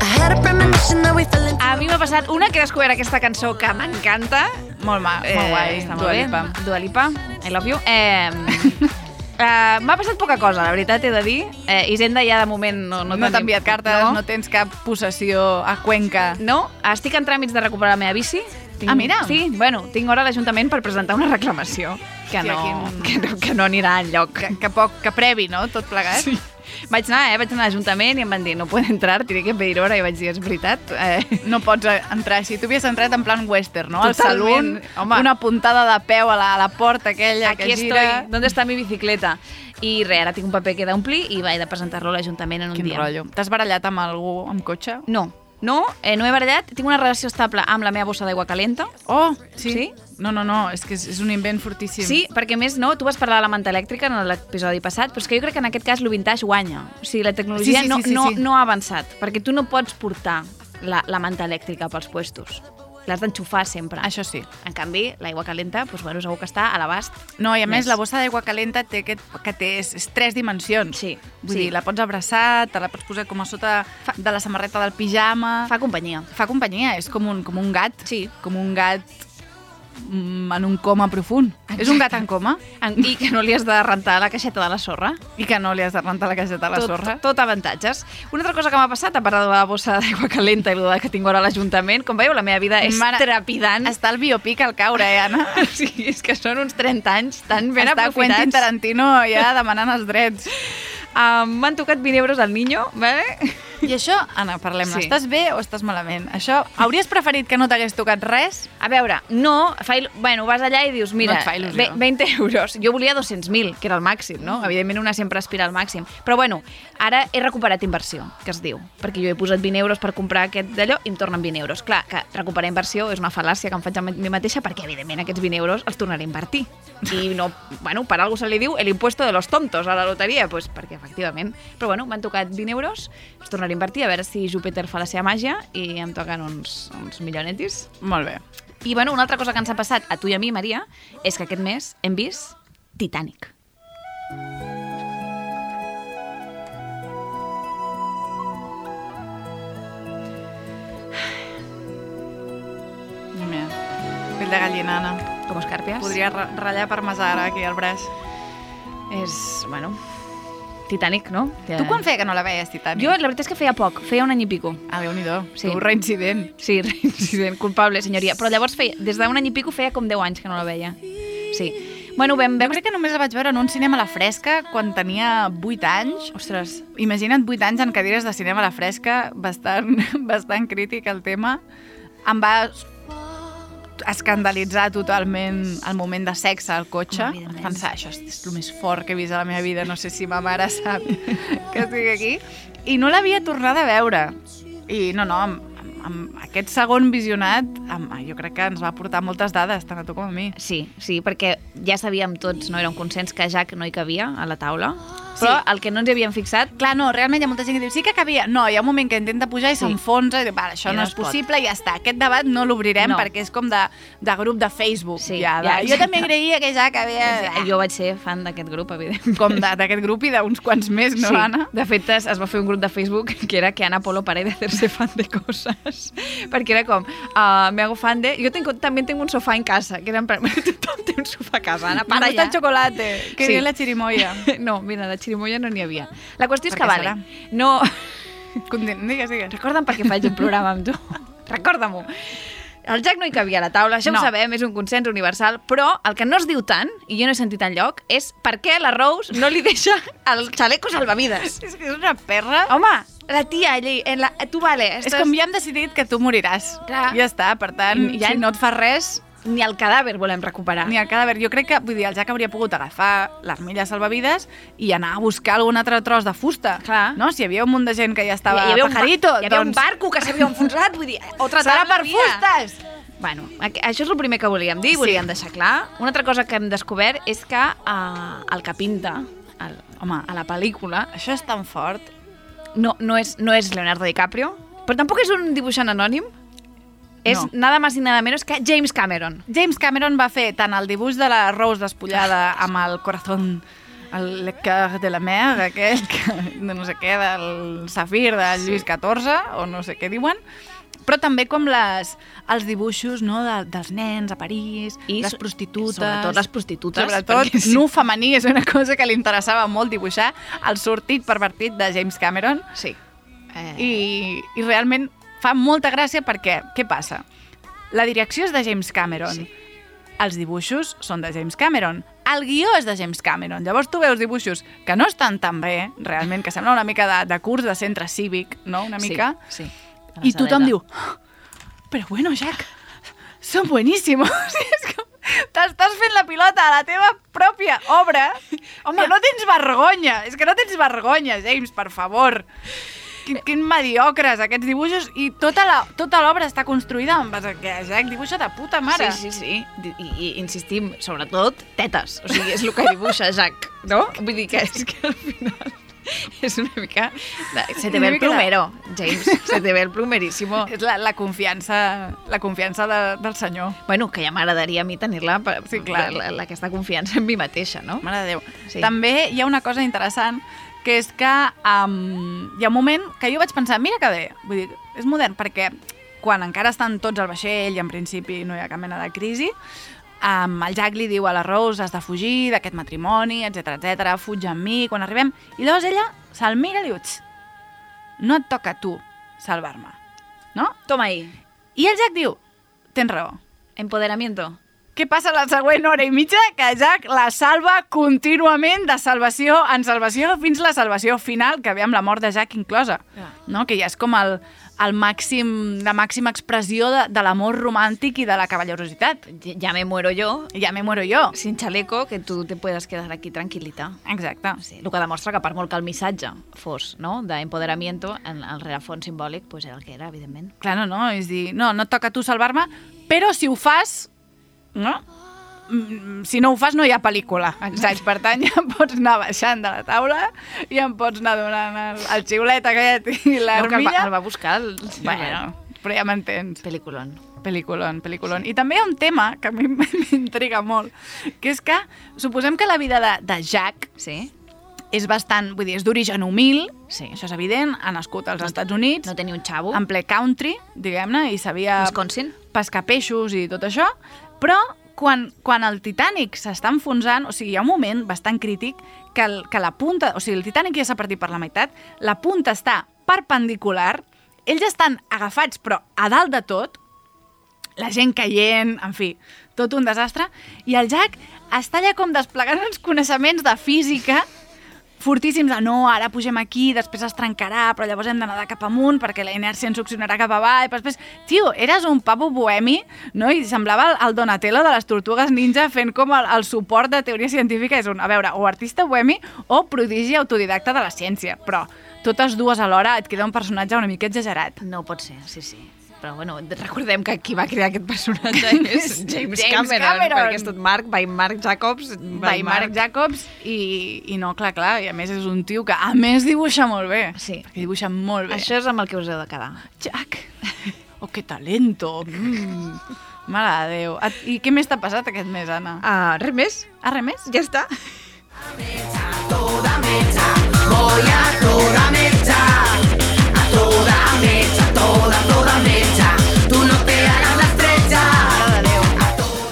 [SPEAKER 3] I had a premonition that we fell into.
[SPEAKER 2] A mi m'ha passat una que he descobert aquesta cançó que m'encanta, Molt, ma, molt guai,
[SPEAKER 4] està
[SPEAKER 2] Dua
[SPEAKER 4] molt bé.
[SPEAKER 2] Lipa.
[SPEAKER 4] Eh, Dua Lipa, I love you. Eh,
[SPEAKER 2] [LAUGHS]
[SPEAKER 4] eh, M'ha passat poca cosa, la veritat, he de dir. Eh, Hisenda ja de moment no, no,
[SPEAKER 2] No t'ha enviat cartes, no?
[SPEAKER 4] No,
[SPEAKER 2] tens cap possessió a Cuenca.
[SPEAKER 4] no, estic en tràmits de recuperar la meva bici.
[SPEAKER 2] Ah, mira.
[SPEAKER 4] Sí, bueno, tinc hora a l'Ajuntament per presentar una reclamació que
[SPEAKER 2] Hòstia,
[SPEAKER 4] no,
[SPEAKER 2] quin-
[SPEAKER 4] que no, que no anirà enlloc.
[SPEAKER 2] Que, que poc, que previ, no? Tot plegat.
[SPEAKER 4] Sí. Vaig anar, eh? Vaig anar a l'Ajuntament i em van dir no puede entrar, tindré que pedir hora i vaig dir, és veritat. Eh,
[SPEAKER 2] No pots entrar així. Tu havies entrat en plan western, no? Al
[SPEAKER 4] Totalment,
[SPEAKER 2] saloon,
[SPEAKER 4] home.
[SPEAKER 2] una puntada de peu a la, a la porta aquella
[SPEAKER 4] Aquí
[SPEAKER 2] que gira.
[SPEAKER 4] estoy, ¿dónde está mi bicicleta? I res, ara tinc un paper que he d'omplir i vaig de presentar-lo a l'Ajuntament en un
[SPEAKER 2] Quin
[SPEAKER 4] dia.
[SPEAKER 2] rotllo. T'has barallat amb algú amb cotxe?
[SPEAKER 4] No, no, eh, no he barallat. Tinc una relació estable amb la meva bossa d'aigua calenta.
[SPEAKER 2] Oh, sí.
[SPEAKER 4] Sí?
[SPEAKER 2] No, no, no, és que és, és un invent fortíssim.
[SPEAKER 4] Sí. sí, perquè a més, no, tu vas parlar de la manta elèctrica en l'episodi passat, però és que jo crec que en aquest cas lo vintage guanya. O sigui, la tecnologia
[SPEAKER 2] Sí, sí,
[SPEAKER 4] no,
[SPEAKER 2] sí, sí,
[SPEAKER 4] no,
[SPEAKER 2] sí.
[SPEAKER 4] no ha avançat, perquè tu no pots portar la, la manta elèctrica pels puestos. L'has d'enxufar sempre.
[SPEAKER 2] Això sí.
[SPEAKER 4] En canvi, l'aigua calenta, doncs, bueno, segur que està a l'abast.
[SPEAKER 2] No, i a més,
[SPEAKER 4] Més.
[SPEAKER 2] la bossa d'aigua calenta té aquest, que té és, és tres dimensions.
[SPEAKER 4] Sí,
[SPEAKER 2] Vull
[SPEAKER 4] sí.
[SPEAKER 2] dir, la pots abraçar, te la pots posar com a sota de la samarreta del pijama.
[SPEAKER 4] Fa companyia.
[SPEAKER 2] fa companyia, és com un, com un gat.
[SPEAKER 4] Sí.
[SPEAKER 2] Com un gat mm, en un coma profund. És un gat en coma
[SPEAKER 4] En, I que no li has de rentar la caixeta de la sorra.
[SPEAKER 2] i que no li has de rentar la caseta a la
[SPEAKER 4] tot,
[SPEAKER 2] sorra.
[SPEAKER 4] Tot avantatges. Una altra cosa que m'ha passat, a part de la bossa d'aigua calenta i lo de que tinc hora a l'Ajuntament, com veieu, la meva vida és
[SPEAKER 2] Mare-
[SPEAKER 4] trepidant.
[SPEAKER 2] Està el biopic al caure, eh, Anna?
[SPEAKER 4] [LAUGHS] Sí, és que són uns 30 anys tan ben
[SPEAKER 2] Està Quentin
[SPEAKER 4] aprofitats.
[SPEAKER 2] Tarantino ja demanant els drets.
[SPEAKER 4] Um, M'han tocat 20 euros al niño, ¿vale?
[SPEAKER 2] I això, Anna, parlem-ne.
[SPEAKER 4] Sí.
[SPEAKER 2] Estàs bé o estàs malament? Això, hauries preferit que no t'hagués tocat res?
[SPEAKER 4] A veure, no, fa il... bueno, vas allà i dius, mira,
[SPEAKER 2] No et fa il·lusió.
[SPEAKER 4] ve- 20 euros. Jo volia 200.000, que era el màxim,
[SPEAKER 2] Mm.
[SPEAKER 4] no? Evidentment una sempre aspira al màxim. Però bueno, ara he recuperat inversió, que es diu, perquè jo he posat 20 euros per comprar aquest d'allò i em tornen 20 euros. Clar, que recuperar inversió és una fal·làcia que em faig a mi mateixa perquè, evidentment, aquests 20 euros els tornaré a invertir. I no, bueno, per algú se li diu el impuesto de los tontos a la loteria, pues, perquè efectivament... Però bueno, m'han tocat 20 euros, els tornaré a invertir a veure si Júpiter fa la seva màgia i em toquen uns, uns milionetis.
[SPEAKER 2] Molt bé.
[SPEAKER 4] I bueno, una altra cosa que ens ha passat a tu i a mi, Maria, és que aquest mes hem vist Titanic.
[SPEAKER 2] Mira, pell de gallina, Anna.
[SPEAKER 4] Com escàrpies?
[SPEAKER 2] Podria ra- ratllar per mes ara, aquí al braç.
[SPEAKER 4] És, bueno, Titanic, no?
[SPEAKER 2] Tu quan feia que no la veies, Titanic?
[SPEAKER 4] Jo, la veritat és que feia poc, feia un any i pico.
[SPEAKER 2] Ah, Déu-n'hi-do.
[SPEAKER 4] Sí.
[SPEAKER 2] Sí. Tu, reincident.
[SPEAKER 4] Sí, reincident, culpable, senyoria. Però llavors feia, des d'un any i pico feia com 10 anys que no la veia. Sí. Bueno, vam
[SPEAKER 2] Jo
[SPEAKER 4] veure...
[SPEAKER 2] crec que només la vaig veure en un cinema a la fresca quan tenia 8 anys.
[SPEAKER 4] Ostres,
[SPEAKER 2] Imagina't 8 anys en cadires de cinema a la fresca, bastant, [LAUGHS] bastant crític el tema. Em va escandalitzar totalment el moment de sexe al cotxe.
[SPEAKER 4] Home, evidentment.
[SPEAKER 2] Pensar, això és- és el més fort que he vist a la meva vida, no sé si ma mare sap [LAUGHS] que estic aquí. I no l'havia tornat a veure. I no, no, amb, amb, amb aquest segon visionat, amb, jo crec que ens va portar moltes dades, tant a tu com a mi.
[SPEAKER 4] Sí, sí, perquè ja sabíem tots, no era un consens, que Jack no hi cabia a la taula. Però sí. el que no ens hi havíem fixat...
[SPEAKER 2] Clar, no, realment hi ha molta gent que diu sí que cabia. No, hi ha un moment que intenta pujar i
[SPEAKER 4] Sí.
[SPEAKER 2] s'enfonsa i diu, vale, això
[SPEAKER 4] I
[SPEAKER 2] no,
[SPEAKER 4] no
[SPEAKER 2] és
[SPEAKER 4] es pot.
[SPEAKER 2] possible i ja està. Aquest debat no l'obrirem
[SPEAKER 4] No.
[SPEAKER 2] perquè és com de, de grup de Facebook.
[SPEAKER 4] Sí,
[SPEAKER 2] ja, de,
[SPEAKER 4] ja,
[SPEAKER 2] jo
[SPEAKER 4] exacte.
[SPEAKER 2] també creia que ja cabia...
[SPEAKER 4] Eh, Jo vaig ser fan d'aquest grup, evidentment.
[SPEAKER 2] Ah. Com de- d'aquest grup i d'uns quants més, no,
[SPEAKER 4] sí.
[SPEAKER 2] Anna?
[SPEAKER 4] De fet, es, es va fer un grup de Facebook que era que Ana Polo pare de
[SPEAKER 2] [LAUGHS]
[SPEAKER 4] hacerse fan de coses. Perquè era com, uh, me hago fan de... Jo tengo, també tinc un sofà en casa, que era en plan, [LAUGHS] tothom té un sofà a casa, Anna, para
[SPEAKER 2] Me gusta
[SPEAKER 4] ja.
[SPEAKER 2] el xocolate. Que
[SPEAKER 4] Sí.
[SPEAKER 2] sí. la xirimoia.
[SPEAKER 4] [LAUGHS] No, mira, de xirimoia no n'hi havia. La qüestió és
[SPEAKER 2] Per
[SPEAKER 4] que,
[SPEAKER 2] què
[SPEAKER 4] vale,
[SPEAKER 2] serà?
[SPEAKER 4] no...
[SPEAKER 2] Continu- digues, digues.
[SPEAKER 4] Recorda'm perquè faig un programa
[SPEAKER 2] [LAUGHS]
[SPEAKER 4] amb tu. Recorda-m'ho. El Jack no hi cabia a la taula, això no.
[SPEAKER 2] No.
[SPEAKER 4] ho sabem, és un consens universal, però el que no es diu tant, i jo no he sentit enlloc, és per què la Rose no li deixa el xaleco salvavides.
[SPEAKER 2] [LAUGHS] És que és una perra.
[SPEAKER 4] Home, la tia allí, en la... tu vale,
[SPEAKER 2] és
[SPEAKER 4] estàs...
[SPEAKER 2] com ja hem decidit que tu moriràs.
[SPEAKER 4] Clar.
[SPEAKER 2] Ja està, per tant,
[SPEAKER 4] I
[SPEAKER 2] ja
[SPEAKER 4] si
[SPEAKER 2] no et fa res,
[SPEAKER 4] Ni el cadàver volem recuperar.
[SPEAKER 2] Ni el cadàver. Jo crec que, vull dir, el Jack hauria pogut agafar l'armilla salvavides i anar a buscar algun altre tros de fusta.
[SPEAKER 4] Clar.
[SPEAKER 2] No? Si hi havia un munt de gent que ja estava
[SPEAKER 4] Hi havia un, ba-
[SPEAKER 2] pajarito,
[SPEAKER 4] hi havia
[SPEAKER 2] doncs...
[SPEAKER 4] un barco que s'havia enfonsat, vull dir, otra
[SPEAKER 2] Serà
[SPEAKER 4] tabla
[SPEAKER 2] per
[SPEAKER 4] havia.
[SPEAKER 2] fustes!
[SPEAKER 4] Bueno, aqu- això és el primer que volíem dir,
[SPEAKER 2] Sí.
[SPEAKER 4] volíem deixar clar. Una altra cosa que hem descobert és que eh, el que pinta el, home, a la pel·lícula
[SPEAKER 2] Això és tan fort.
[SPEAKER 4] no, no, és, no és Leonardo DiCaprio, però tampoc és un dibuixant anònim, és
[SPEAKER 2] No.
[SPEAKER 4] nada més i nada menys que James Cameron.
[SPEAKER 2] James Cameron va fer tant el dibuix de la Rose despullada amb el corazón el Le Coeur de la Mer, aquell, que, de no sé què, del Safir, de Lluís XIV, o no sé què diuen, però també com les, els dibuixos no, de, dels nens a París, I les
[SPEAKER 4] so-
[SPEAKER 2] prostitutes...
[SPEAKER 4] sobretot les prostitutes,
[SPEAKER 2] Sobretot,
[SPEAKER 4] perquè sí.
[SPEAKER 2] nu femení és una cosa que li interessava molt dibuixar, el sortit pervertit de James Cameron,
[SPEAKER 4] Sí. Eh, I...
[SPEAKER 2] i, i realment fa molta gràcia perquè, què passa? La direcció és de James Cameron,
[SPEAKER 4] Sí.
[SPEAKER 2] els dibuixos són de James Cameron, el guió és de James Cameron. Llavors tu veus dibuixos que no estan tan bé, realment, que sembla una mica de, de curs de centre cívic, no?, una mica,
[SPEAKER 4] Sí, sí.
[SPEAKER 2] i tothom diu, però bueno, Jack, són [LAUGHS] bueníssimos. és com, t'estàs fent la pilota a la teva pròpia
[SPEAKER 4] [LAUGHS]
[SPEAKER 2] obra. Home, no tens vergonya. És que no tens vergonya, James, per favor. Quin, quin mediocres, aquests dibuixos. I tota la- tota l'obra està construïda amb... base- Que, Jack, dibuixa de puta mare.
[SPEAKER 4] Sí, sí, sí. Di- I, I insistim, sobretot, tetes. O sigui, és el que dibuixa Jack, no? Vull dir que és que al final és una mica... de- Se te
[SPEAKER 2] Una
[SPEAKER 4] ve
[SPEAKER 2] mica
[SPEAKER 4] el
[SPEAKER 2] de-
[SPEAKER 4] plumero, James. Se te ve el plumerísimo.
[SPEAKER 2] És la, la confiança, la confiança de, del senyor.
[SPEAKER 4] Bueno, que ja m'agradaria a mi tenir-la, per-
[SPEAKER 2] Sí, clar.
[SPEAKER 4] la- la- aquesta confiança en mi mateixa, no?
[SPEAKER 2] Mare de Déu.
[SPEAKER 4] Sí.
[SPEAKER 2] Sí. També hi ha una cosa interessant, que és que um, hi ha un moment que jo vaig pensar, mira que bé, vull dir, és modern, perquè quan encara estan tots al vaixell i en principi no hi ha cap mena de crisi, um, el Jack li diu a la Rose has de fugir d'aquest matrimoni, etc etc, fuig amb mi quan arribem, i llavors ella se'l mira i diu, "Tx, no et toca a tu salvar-me, no?
[SPEAKER 4] Toma ahí.
[SPEAKER 2] I el Jack diu, tens raó,
[SPEAKER 4] Empoderamiento.
[SPEAKER 2] què passa la següent hora i mitja? Que Jack la salva contínuament de salvació en salvació fins la salvació final, que ve amb la mort de Jack inclosa.
[SPEAKER 4] Clar.
[SPEAKER 2] No? Que ja és com el, el màxim, la màxima expressió de, de l'amor romàntic i de la cavallerositat.
[SPEAKER 4] Ya me muero yo,
[SPEAKER 2] Ja me muero jo.
[SPEAKER 4] sin chaleco, que tu te puedes quedar aquí tranquilita.
[SPEAKER 2] Exacte.
[SPEAKER 4] Sí, el que demostra que per molt que el missatge fos no? d'empoderamiento, en el rerefons simbòlic pues, era el que era, evidentment.
[SPEAKER 2] Clar, no, no, és dir, no, no et toca a tu salvar-me, però si ho fas, no? Mm, Si no ho fas, no hi ha pel·lícula. Saps? Per tant, ja em pots anar baixant de la taula i em pots anar donant el, el xiulet aquest i
[SPEAKER 4] que el, va,
[SPEAKER 2] l'armilla.
[SPEAKER 4] el va buscar el... Sí,
[SPEAKER 2] Bueno, però ja m'entens.
[SPEAKER 4] Peliculón.
[SPEAKER 2] Peliculón, peliculón. I també hi ha un tema que a mi [LAUGHS] m'intriga molt, que és que suposem que la vida de, de Jack
[SPEAKER 4] Sí?
[SPEAKER 2] és bastant, vull dir, és d'origen humil,
[SPEAKER 4] Sí.
[SPEAKER 2] això és evident, ha nascut als Estats Units,
[SPEAKER 4] No tenia un xavo.
[SPEAKER 2] en ple country, diguem-ne, i sabia
[SPEAKER 4] Wisconsin.
[SPEAKER 2] pescar peixos i tot això, però quan, quan el Titanic s'està enfonsant, o sigui, hi ha un moment bastant crític que, el, que la punta, o sigui, el Titanic ja s'ha partit per la meitat, la punta està perpendicular, ells estan agafats però a dalt de tot, la gent caient, en fi, tot un desastre, i el Jack està allà com desplegant uns coneixements de física fortíssims de no, ara pugem aquí, després es trencarà, però llavors hem de nedar cap amunt perquè la inèrcia ens succionarà cap avall, però després... Tio, eres un papo bohemi, no? I semblava el, el Donatello de les Tortugues Ninja fent com el, el suport de teoria científica. És un, a veure, o artista bohemi o prodigi autodidacta de la ciència, però totes dues alhora et queda un personatge una mica exagerat.
[SPEAKER 4] No pot ser, sí, sí. Però bueno, recordem que qui va crear aquest
[SPEAKER 2] [LAUGHS]
[SPEAKER 4] personatge és
[SPEAKER 2] James
[SPEAKER 4] James, Cameron,
[SPEAKER 2] Cameron.
[SPEAKER 4] perquè és tot Mark, by Mark Jacobs,
[SPEAKER 2] By Mark Jacobs i, i no, clar, clar, i a més és un tio que a més dibuixa molt bé.
[SPEAKER 4] Sí.
[SPEAKER 2] Perquè dibuixa molt bé.
[SPEAKER 4] Això és amb el que us heu de quedar.
[SPEAKER 2] Jack. [LAUGHS] Oh, que talento. Mm. Mare de Déu. A- I què més t'ha passat aquest mes, Anna?
[SPEAKER 4] Uh, res més?
[SPEAKER 2] Ah, res més?
[SPEAKER 4] Ja està.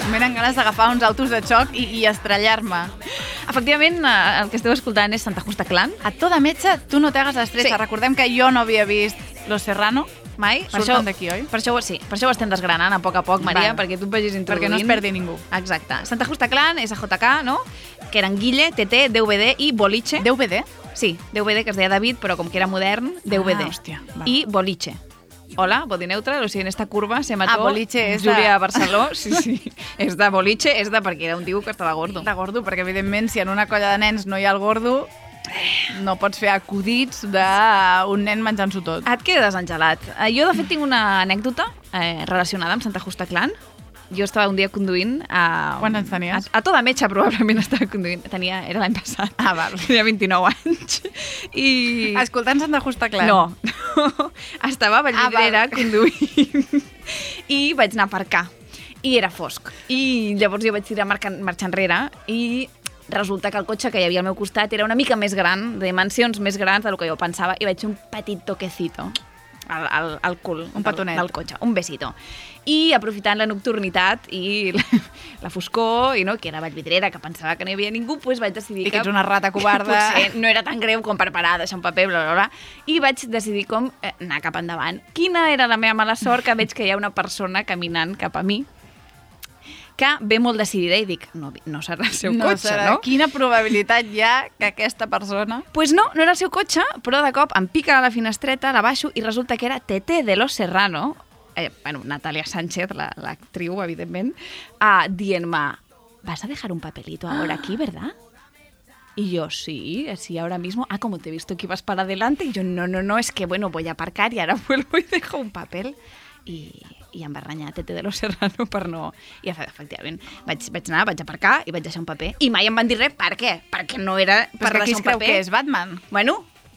[SPEAKER 2] M'he ganes d'agafar uns autos de xoc i, i estrellar-me.
[SPEAKER 4] Efectivament, eh, el que esteu escoltant és Santa Justa Clan.
[SPEAKER 2] A toda mecha, tu no t'hagas l'estressa.
[SPEAKER 4] Sí.
[SPEAKER 2] Sí. Recordem que jo no havia vist Los Serrano.
[SPEAKER 4] Mai?
[SPEAKER 2] Surten d'aquí, oi?
[SPEAKER 4] Per això, ho- sí, per això ho estem desgranant a poc a poc, Maria,
[SPEAKER 2] Val.
[SPEAKER 4] perquè tu vagis introduint.
[SPEAKER 2] Perquè no es perdi ningú.
[SPEAKER 4] Exacte. Santa Justa Clan és a JK, no? Que eren Guille, TT, DVD i Boliche.
[SPEAKER 2] DVD?
[SPEAKER 4] Sí, DVD, que es deia David, però com que era modern, DVD.
[SPEAKER 2] Ah, hòstia, val.
[SPEAKER 4] I Boliche. Hola, body neutral, o sigui, en esta curva se mató
[SPEAKER 2] Ah, Boliche és de-
[SPEAKER 4] Júlia Barceló, [LAUGHS] sí, sí, és de boliche, és de perquè era un tio que estava gordo.
[SPEAKER 2] De gordo, perquè evidentment si en una colla de nens no hi ha el gordo, no pots fer acudits d'un nen menjant-s'ho tot.
[SPEAKER 4] Et quedes engelat. Eh, Jo, de fet, tinc una anècdota eh, relacionada amb Santa Justa Clan. Jo estava un dia conduint a...
[SPEAKER 2] Quants anys tenies?
[SPEAKER 4] A, a tota metxa, probablement, [LAUGHS] estava conduint. Tenia, era l'any passat.
[SPEAKER 2] Ah, val.
[SPEAKER 4] Tenia 29 anys. I...
[SPEAKER 2] Escoltant Santa Justa Clan.
[SPEAKER 4] No, no. [LAUGHS] Estava a Vallvidrera
[SPEAKER 2] Ah,
[SPEAKER 4] ah, conduint [LAUGHS] i vaig anar a aparcar. I era fosc. I llavors jo vaig tirar marca, marxa enrere i resulta que el cotxe que hi havia al meu costat era una mica més gran, de dimensions més grans del que jo pensava, i vaig fer un petit toquecito al, al, al cul un
[SPEAKER 2] petonet.
[SPEAKER 4] del, del cotxe, un besito. I aprofitant la nocturnitat i [LAUGHS] la, la foscor, i no, que era Vallvidrera, que pensava que no hi havia ningú, doncs vaig decidir
[SPEAKER 2] I que ets una rata covarda.
[SPEAKER 4] [LAUGHS] Potser no era tan greu com per parar, deixar un paper, bla, bla, bla. I vaig decidir com eh, anar cap endavant. Quina era la meva mala sort que veig que hi ha una persona caminant cap a mi que ve molt decidida i dic, no, no serà el seu
[SPEAKER 2] no
[SPEAKER 4] cotxe,
[SPEAKER 2] serà.
[SPEAKER 4] no?
[SPEAKER 2] Quina probabilitat hi ha que aquesta persona...
[SPEAKER 4] Pues no, no era el seu cotxe, però de cop em pica a la finestreta, la baixo i resulta que era Tete de los Serrano, eh, bueno, Natalia Sánchez, la- l'actriu, la, evidentment, uh, dient-me, vas a dejar un papelito ahora
[SPEAKER 2] Ah.
[SPEAKER 4] aquí, ¿verdad? Y yo, sí, sí, ahora mismo. Ah, como te he visto que ibas para adelante. Y yo, no, no, no, es que bueno, voy a aparcar y ahora [LAUGHS] vuelvo y dejo un papel. I, i em va renyar Tete de los Serrano per no... I efe- efectivament, vaig, vaig anar, vaig aparcar i vaig deixar un paper. I mai em van dir res, per què? Perquè no era per
[SPEAKER 2] Però és que aquí
[SPEAKER 4] deixar
[SPEAKER 2] es
[SPEAKER 4] un
[SPEAKER 2] creu
[SPEAKER 4] paper.
[SPEAKER 2] que és Batman.
[SPEAKER 4] Bueno,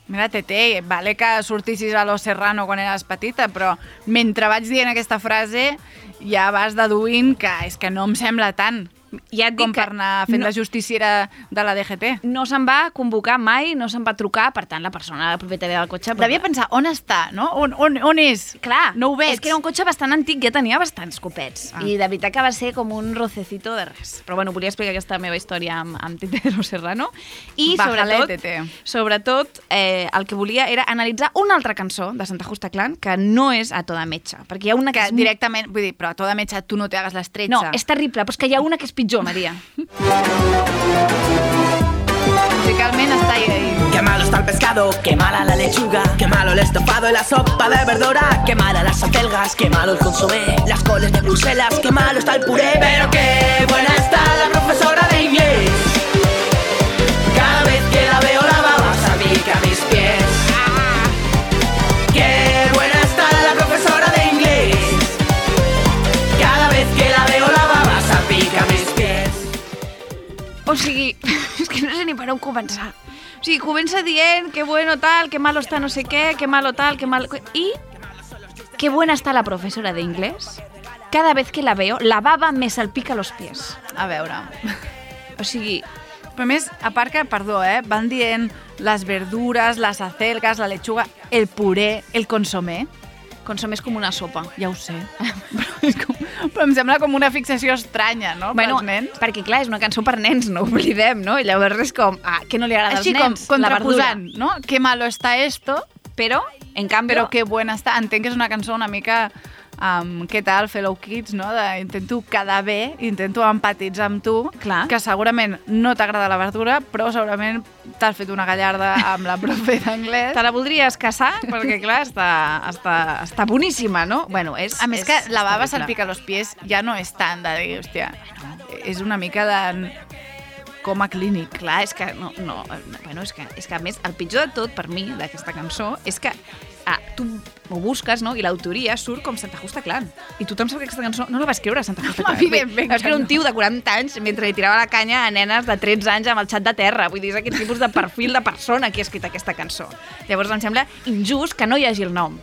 [SPEAKER 2] Mira, Tete, vale que sortissis a Los Serrano quan eres petita, però mentre vaig dient aquesta frase ja vas deduint que és que no em sembla tant
[SPEAKER 4] ja et dic
[SPEAKER 2] com
[SPEAKER 4] que
[SPEAKER 2] per anar fent
[SPEAKER 4] no-
[SPEAKER 2] la justiciera de la DGT.
[SPEAKER 4] no se'n va convocar mai, no se'n va trucar, per tant, la persona propietària del cotxe...
[SPEAKER 2] Devia pensar, on està, no? On, on, on és?
[SPEAKER 4] Clar,
[SPEAKER 2] No ho veig.
[SPEAKER 4] és que era un cotxe bastant antic, ja tenia bastants copets.
[SPEAKER 2] Ah.
[SPEAKER 4] Ah. I de veritat que va ser com un rocecito de res. Però bueno, volia explicar aquesta meva història amb, amb Tetero Serrano. I
[SPEAKER 2] Bájale,
[SPEAKER 4] sobretot,
[SPEAKER 2] Tete.
[SPEAKER 4] sobretot eh, el que volia era analitzar una altra cançó de Santa Justa Clan que no és A toda mecha, perquè hi ha una que
[SPEAKER 2] que
[SPEAKER 4] és directa.
[SPEAKER 2] directament, vull dir, però a toda mecha tu no te hagas la estretxa.
[SPEAKER 4] No, és terrible, però és que hi ha una que és pitjor, [LAUGHS] Maria.
[SPEAKER 2] Musicalment està ahí.
[SPEAKER 10] Qué malo está el pescado, qué mala la lechuga, qué malo el estofado y la sopa de verdura, qué mala las acelgas, qué malo el consomé, las coles de Bruselas, qué malo está el puré. Pero qué buena está la profesora de inglés. Cada vez que la veo la baba salpica a mis pies. Qué buena está la profesora de inglés. Cada vez que la veo la baba salpica a mis pies.
[SPEAKER 4] O sigui, [LAUGHS] és que no sé ni per on començar. O sigui, comença dient que bueno tal, que malo està no sé què, que malo tal, que malo... I que buena està la professora d'inglès. Cada vez que la veo, la baba me salpica los pies.
[SPEAKER 2] A veure.
[SPEAKER 4] O sigui,
[SPEAKER 2] Però a més, a part que, perdó, eh, van dient les verdures, les acelgas, la lechuga, el puré, el consomé, [LAUGHS]
[SPEAKER 4] consumés com una sopa.
[SPEAKER 2] ja ho sé. però, és com, però em sembla com una fixació estranya, no?,
[SPEAKER 4] Bueno,
[SPEAKER 2] pels nens.
[SPEAKER 4] perquè clar, és una cançó per nens, no ho oblidem, no? I llavors és com, ah, què no li agrada
[SPEAKER 2] Així
[SPEAKER 4] als
[SPEAKER 2] com,
[SPEAKER 4] nens? La verdura.
[SPEAKER 2] contraposant, no? Que malo está esto,
[SPEAKER 4] Però, en canvi,
[SPEAKER 2] però que buena está. Entenc que és una cançó una mica amb què tal, fellow kids, no? De, intento quedar bé, intento empatitzar amb tu,
[SPEAKER 4] Clar.
[SPEAKER 2] que segurament no t'agrada la verdura, però segurament t'has fet una gallarda amb la [LAUGHS] profe d'anglès.
[SPEAKER 4] te la voldries casar, perquè clar, està, està, està boníssima, no? Bueno, és,
[SPEAKER 2] A més
[SPEAKER 4] és,
[SPEAKER 2] que la baba
[SPEAKER 4] és terrible.
[SPEAKER 2] salpica los pies ja no és tant de dir, hòstia, és una mica de coma clínic.
[SPEAKER 4] clar, és que no, no, no, bueno, és que, és que a més el pitjor de tot per mi d'aquesta cançó és que ah, tu ho busques no? i l'autoria surt com Santa Justa Clan i tothom sap que aquesta cançó no la va escriure Santa
[SPEAKER 2] [LAUGHS]
[SPEAKER 4] Justa Clan
[SPEAKER 2] Evidentment
[SPEAKER 4] va
[SPEAKER 2] que
[SPEAKER 4] escriure
[SPEAKER 2] no.
[SPEAKER 4] un tio de 40 anys mentre li tirava la canya a nenes de 13 anys amb el xat de terra vull dir, és aquest tipus de perfil de persona que ha escrit aquesta cançó llavors em sembla injust que no hi hagi el nom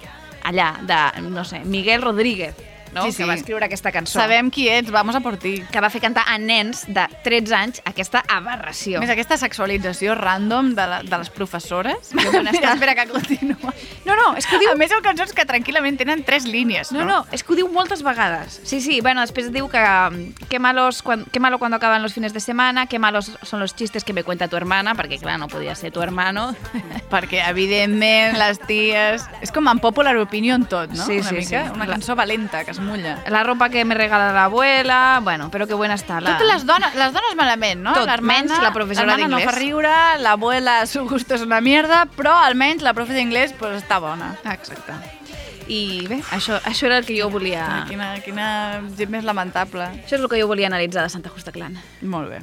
[SPEAKER 4] allà de, no sé, Miguel Rodríguez no?
[SPEAKER 2] Sí, sí.
[SPEAKER 4] que va escriure aquesta cançó
[SPEAKER 2] Sabem qui ets, vamos a por ti.
[SPEAKER 4] que va fer cantar a nens de 13 anys aquesta
[SPEAKER 2] A
[SPEAKER 4] aberració.
[SPEAKER 2] més, aquesta sexualització random de, la, de les
[SPEAKER 4] [LAUGHS]
[SPEAKER 2] professores.
[SPEAKER 4] Que bona està.
[SPEAKER 2] espera que continua.
[SPEAKER 4] No, no, és que ho
[SPEAKER 2] A
[SPEAKER 4] diu...
[SPEAKER 2] més, són cançons que tranquil·lament tenen tres línies,
[SPEAKER 4] No,
[SPEAKER 2] no?
[SPEAKER 4] no, és que ho diu moltes vegades. Sí, sí, bueno, després diu que mm, que malos quan, que malo cuando acaban los fines de semana, que malos son los chistes que me cuenta tu hermana, perquè clar, no podia ser tu hermano. [LAUGHS]
[SPEAKER 2] Perquè, evidentment, les ties... És com en popular opinion tot, no?
[SPEAKER 4] Sí,
[SPEAKER 2] una
[SPEAKER 4] sí,
[SPEAKER 2] mica.
[SPEAKER 4] sí.
[SPEAKER 2] Una
[SPEAKER 4] Clar.
[SPEAKER 2] cançó valenta, que es mulla.
[SPEAKER 4] La ropa que me regala la abuela, bueno, però que buena està la...
[SPEAKER 2] Totes les dones, les dones malament, no?
[SPEAKER 4] Tot,
[SPEAKER 2] L'hermana-
[SPEAKER 4] menys la professora
[SPEAKER 2] l'hermana
[SPEAKER 4] d'inglès.
[SPEAKER 2] no fa riure, l'abuela su gusto és una mierda, però almenys la profe d'inglès pues, està bona.
[SPEAKER 4] Exacte. I bé, això, això era el que jo volia...
[SPEAKER 2] Ah. Quina, quina gent més lamentable.
[SPEAKER 4] Això és el que jo volia analitzar de Santa Justa Clan.
[SPEAKER 2] Molt bé.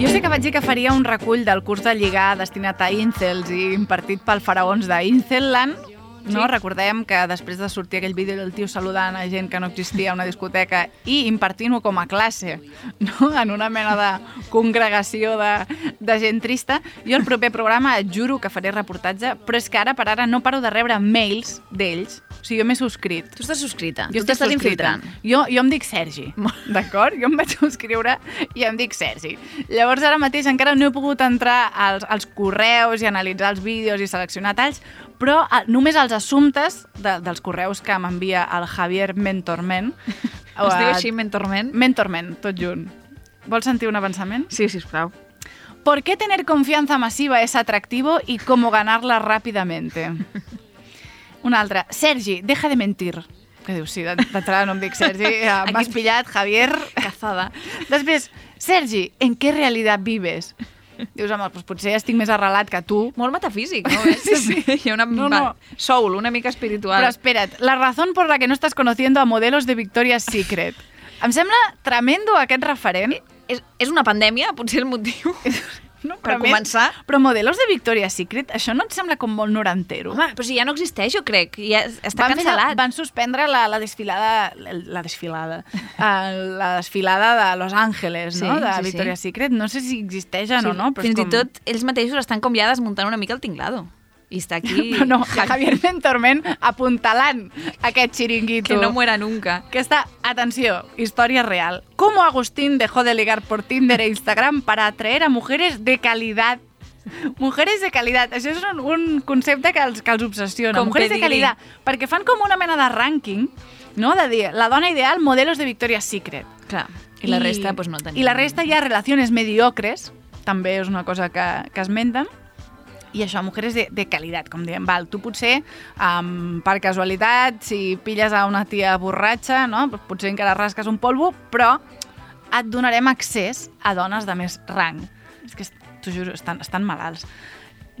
[SPEAKER 2] Jo sé que vaig dir que faria un recull del curs de lligar destinat a incels i impartit pel faraons de Incelland,
[SPEAKER 4] No? Recordem que després de sortir aquell vídeo del tio saludant a gent que no existia a una discoteca i impartint-ho com a classe, [LAUGHS] no? en una mena de congregació de, de gent trista, jo el proper programa et juro que faré reportatge, però és que ara per ara no paro de rebre mails d'ells. O sigui, jo m'he subscrit.
[SPEAKER 3] Tu estàs subscrita.
[SPEAKER 4] Jo
[SPEAKER 3] tu t'estàs
[SPEAKER 4] estic
[SPEAKER 3] infiltrant.
[SPEAKER 4] Jo, jo em dic Sergi, d'acord? Jo em vaig subscriure i em dic Sergi. Llavors ara mateix encara no he pogut entrar als, als correus i analitzar els vídeos i seleccionar talls, però a, només els assumptes de, dels correus que m'envia el Javier Mentorment.
[SPEAKER 3] [LAUGHS]
[SPEAKER 4] o
[SPEAKER 3] Es diu
[SPEAKER 4] a-
[SPEAKER 3] així, Mentorment?
[SPEAKER 4] Mentorment, tot junt. Vols sentir un avançament?
[SPEAKER 3] Sí, sisplau.
[SPEAKER 4] ¿Por qué tener confianza masiva es atractivo y cómo ganarla rápidamente? Una altra. Sergi, deja de mentir. Que dius, sí, de- d'entrada no em dic Sergi,
[SPEAKER 3] [LAUGHS]
[SPEAKER 4] eh, m'has pillat, Javier. Cazada. Després, Sergi, en què realitat vives? Dius, home, doncs potser estic més arrelat que tu.
[SPEAKER 3] Molt metafísic, [LAUGHS] no? sí, sí. Hi ha una...
[SPEAKER 4] No, no.
[SPEAKER 3] Soul, una mica espiritual.
[SPEAKER 4] Pero espera't, la razón por la que no estás conociendo a modelos de Victoria's Secret. Em sembla tremendo aquest referent.
[SPEAKER 3] És, és una pandèmia, potser el motiu. [LAUGHS]
[SPEAKER 4] No,
[SPEAKER 3] Per
[SPEAKER 4] però a més-
[SPEAKER 3] començar.
[SPEAKER 4] Però modelos de Victoria's Secret, això no et sembla com molt norantero?
[SPEAKER 3] Home, però si ja no existeix, jo crec. Ja es- està
[SPEAKER 4] van fer la-
[SPEAKER 3] cancel·lat.
[SPEAKER 4] van suspendre la, la desfilada, la, la desfilada, eh, la desfilada de Los Ángeles, no?
[SPEAKER 3] Sí,
[SPEAKER 4] de
[SPEAKER 3] sí, sí.
[SPEAKER 4] Victoria's Secret. No sé si existeixen
[SPEAKER 3] Sí,
[SPEAKER 4] o no, però
[SPEAKER 3] Fins
[SPEAKER 4] és
[SPEAKER 3] i
[SPEAKER 4] com...
[SPEAKER 3] tot ells mateixos estan com ja desmuntant una mica el tinglado. I està [LAUGHS] aquí...
[SPEAKER 4] Però no, Javier Mentorment apuntalant aquest xiringuito.
[SPEAKER 3] que no muera nunca.
[SPEAKER 4] Que está, atención, historia real. ¿Cómo Agustín dejó de ligar por Tinder e Instagram para atraer a mujeres de calidad? Mujeres de calidad. Això és un, un concepte que els, que els obsessiona.
[SPEAKER 3] Com
[SPEAKER 4] mujeres de
[SPEAKER 3] pedigrí.
[SPEAKER 4] calidad. Perquè fan com una mena de rànquing, no? De dir, la dona ideal, modelos de Victoria's Secret.
[SPEAKER 3] Clar. I la resta, doncs no tenia.
[SPEAKER 4] I la resta hi ha relacions mediocres, també és una cosa que, que esmenten, i això, mujeres de, de qualitat, com diem, val, tu potser, um, per casualitat, si pilles a una tia borratxa, no? Doncs potser encara rasques un polvo, però et donarem accés a dones de més rang. És que, t'ho juro, estan, estan malalts.